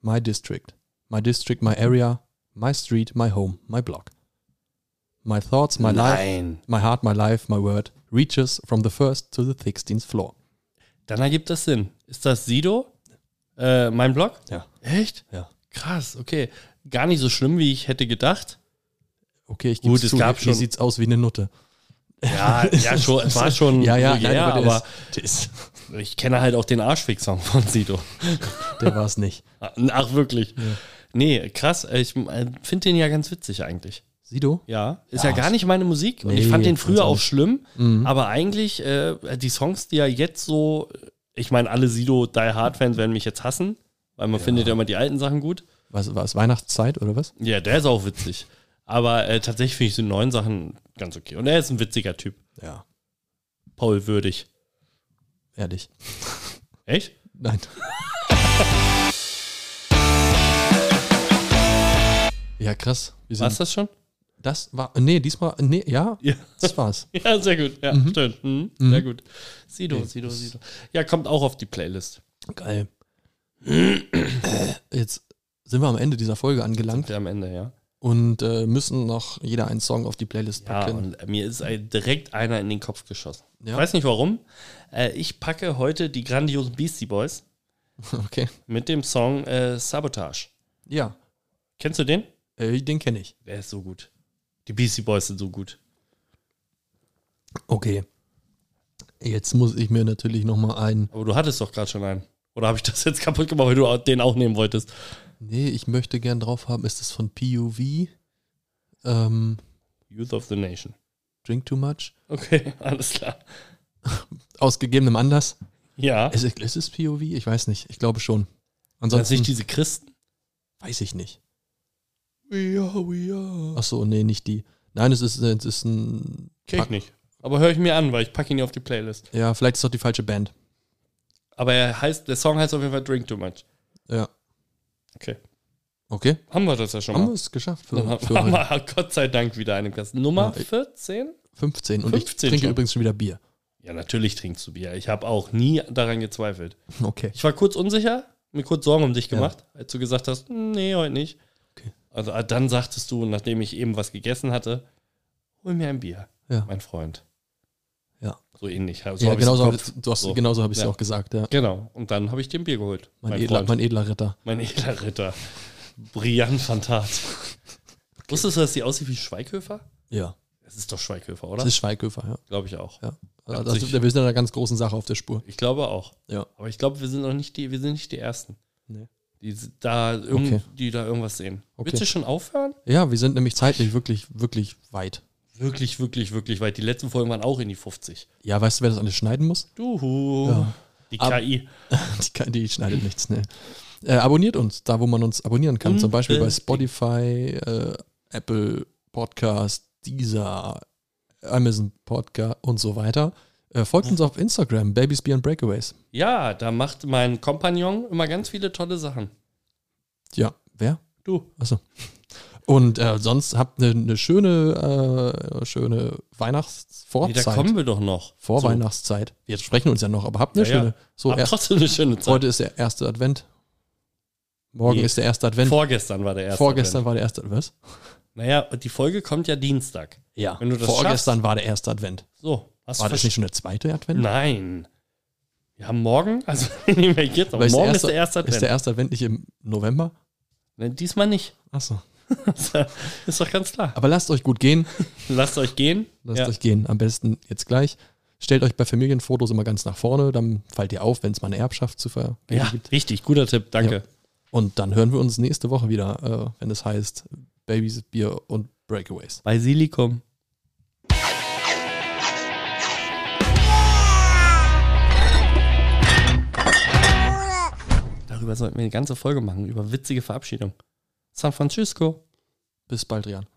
my district. My district, my area, my street, my home, my block. My thoughts, my life,
Nein.
my heart, my life, my word reaches from the first to the sixteenth floor.
Dann ergibt das Sinn. Ist das Sido? Äh, mein Blog?
Ja.
Echt?
Ja.
Krass, okay. Gar nicht so schlimm, wie ich hätte gedacht.
Okay, ich
Gut,
gebe
es
zu,
gab
hier, hier
schon-
sieht's aus wie eine Nutte.
Ja, ja, schon, es war schon.
Ja, ja,
vulgär,
nein, aber der
aber
ist-
ich kenne halt auch den Arschfick-Song von Sido.
Der war es nicht.
Ach, wirklich. Nee, krass. Ich finde den ja ganz witzig eigentlich.
Sido?
Ja. Ist ja,
Ja,
gar nicht meine Musik. und ich
Nee,
fand den
ganz
früher auch
ehrlich.
schlimm.
Mhm.
Aber eigentlich, äh, die Songs, die ja jetzt so, ich meine, alle Sido Die Hard-Fans werden mich jetzt hassen, weil man findet ja immer die alten Sachen gut.
Was, war es Weihnachtszeit oder was?
Ja, der ist auch witzig. Aber äh, tatsächlich finde ich die neuen Sachen ganz okay. Und er ist ein witziger Typ.
Ja.
Paul würdig.
Ehrlich.
Echt?
Nein. ja, krass. Wir
War's das schon?
das war. Nee, diesmal. Nee, ja,
Ja.
das war's.
Ja, sehr gut. Ja, stimmt. Mhm. Sehr gut. Sido,
Okay.
Sido, Sido. Ja, kommt auch auf die Playlist.
Geil. Jetzt sind wir am Ende dieser Folge angelangt
Wir am Ende, ja.
und äh, müssen noch jeder einen Song auf die Playlist
Ja,
packen.
und äh, mir ist ein, direkt einer in den Kopf geschossen.
Ja.
Ich weiß nicht warum. Äh, ich packe heute die grandiosen Beastie Boys
Okay.
mit dem Song äh, Sabotage.
Ja,
Kennst du den?
äh, den kenne ich.
Der ist so gut. Die Beastie Boys sind so gut.
Okay. Jetzt muss ich mir natürlich nochmal ein.
Aber du hattest doch gerade schon einen. Oder habe ich das jetzt kaputt gemacht, weil du au- den auch nehmen wolltest?
Nee, ich möchte gern drauf haben, ist es von PUV? Ähm,
Youth of the Nation.
Drink Too Much?
Okay, alles klar.
Aus gegebenem Anlass?
Ja.
Ist, es- ist es POV? Ich weiß nicht. Ich glaube schon.
Sind das
Ansonsten
nicht diese Christen?
weiß ich nicht.
We are, we are.
Achso, nee, nicht die. Nein, es ist, es ist ein.
Kenn ich nicht. Aber höre ich mir an, weil ich packe ihn ja auf die Playlist.
Ja, vielleicht ist doch die falsche Band.
Aber er heißt, der Song heißt auf jeden Fall Drink Too Much.
Ja.
Okay.
Okay.
Haben wir das ja schon
Haben
mal.
wir es geschafft
Dann
für,
haben
für
haben
heute.
wir Gott sei Dank wieder eine Klasse. Nummer
Ja, ich-
14?
15. Und
15
ich trinke
schon.
übrigens schon wieder Bier.
Ja, natürlich trinkst du Bier. Ich habe auch nie daran gezweifelt.
Okay.
Ich war kurz unsicher, mir kurz Sorgen um dich gemacht, als du gesagt hast, nee, heute nicht.
Okay.
Also äh, dann sagtest du, nachdem ich eben was gegessen hatte, hol mir ein Bier,
Ja.
mein Freund.
Ja.
So ähnlich. So
ja,
hab ich's im
genau so habe
Kopf.
ich es
So.
ja
Ja.
auch gesagt. Ja.
Genau. Und dann habe ich dir ein Bier geholt.
Mein, edler, mein
Freund.
edler Ritter.
Mein, edler Ritter. Brillant Fantat. Wusstest du, dass die aussieht wie Schweighöfer?
Ja.
Es ist doch Schweighöfer,
Das
oder?
ist Schweighöfer, ja.
Glaube ich auch.
Ja.
Hat
Also,
sich-
wir sind einer ganz großen Sache auf der Spur.
Ich glaube auch.
Ja.
Aber ich glaube, wir sind noch nicht die, wir sind nicht die Ersten.
Nee.
Die, s- da irgend,
Okay.
die da irgendwas sehen.
Okay.
Willst du schon aufhören?
Ja, wir sind nämlich zeitlich wirklich, wirklich weit.
Wirklich, wirklich, wirklich, weil die letzten Folgen waren auch in die 50.
Ja, weißt du, wer das alles schneiden muss?
Duhu.
Ja.
Die
Ab-
KI.
Die, kann- die schneidet nichts, ne? Äh, abonniert uns, da wo man uns abonnieren kann. Zum Beispiel bei
Unbedingt.
Spotify, äh, Apple Podcast, Deezer, Amazon Podcast und so weiter. Äh, folgt uns auf Instagram, Babys, Beer and Breakaways.
Ja, da macht mein Kompagnon immer ganz viele tolle Sachen.
Ja, wer?
Du.
Achso. Und äh, sonst habt eine ne schöne, äh, schöne
Nee, da
Weihnachtsvorzeit.
kommen wir doch noch.
Vorweihnachtszeit. Wir sprechen uns ja noch, aber habt eine
Ja,
schöne.
ja. So,
So,
aber
erst,
trotzdem eine schöne Zeit.
heute ist der erste Advent. Morgen
Nee.
ist der erste Advent.
Vorgestern war der erste.
Vorgestern war der erste Advent. Was?
Advent. Naja, die Folge kommt ja Dienstag.
Ja.
Wenn du das
Vorgestern war der erste Advent.
So, hast
War das
versch-
nicht schon der zweite Advent?
Nein. Wir haben morgen, also nehmen wir jetzt, aber
Weil ist der
morgen ist
erste-
der erste Advent.
Ist der erste Advent nicht im November?
Nein, Diesmal nicht.
Achso.
ist doch ganz klar.
Aber lasst euch gut gehen.
Lasst euch gehen.
Lasst
Ja.
euch gehen. Am besten jetzt gleich. Stellt euch bei Familienfotos immer ganz nach vorne. Dann fallt ihr auf, wenn es mal eine Erbschaft zu vergeben
ja,
gibt.
richtig, guter Tipp, danke.
Und dann hören wir uns nächste Woche wieder, äh, wenn es heißt Babys, Bier und Breakaways.
Basilikum. Darüber sollten wir eine ganze Folge machen, über witzige Verabschiedung. San Francisco.
Bis bald, Rian.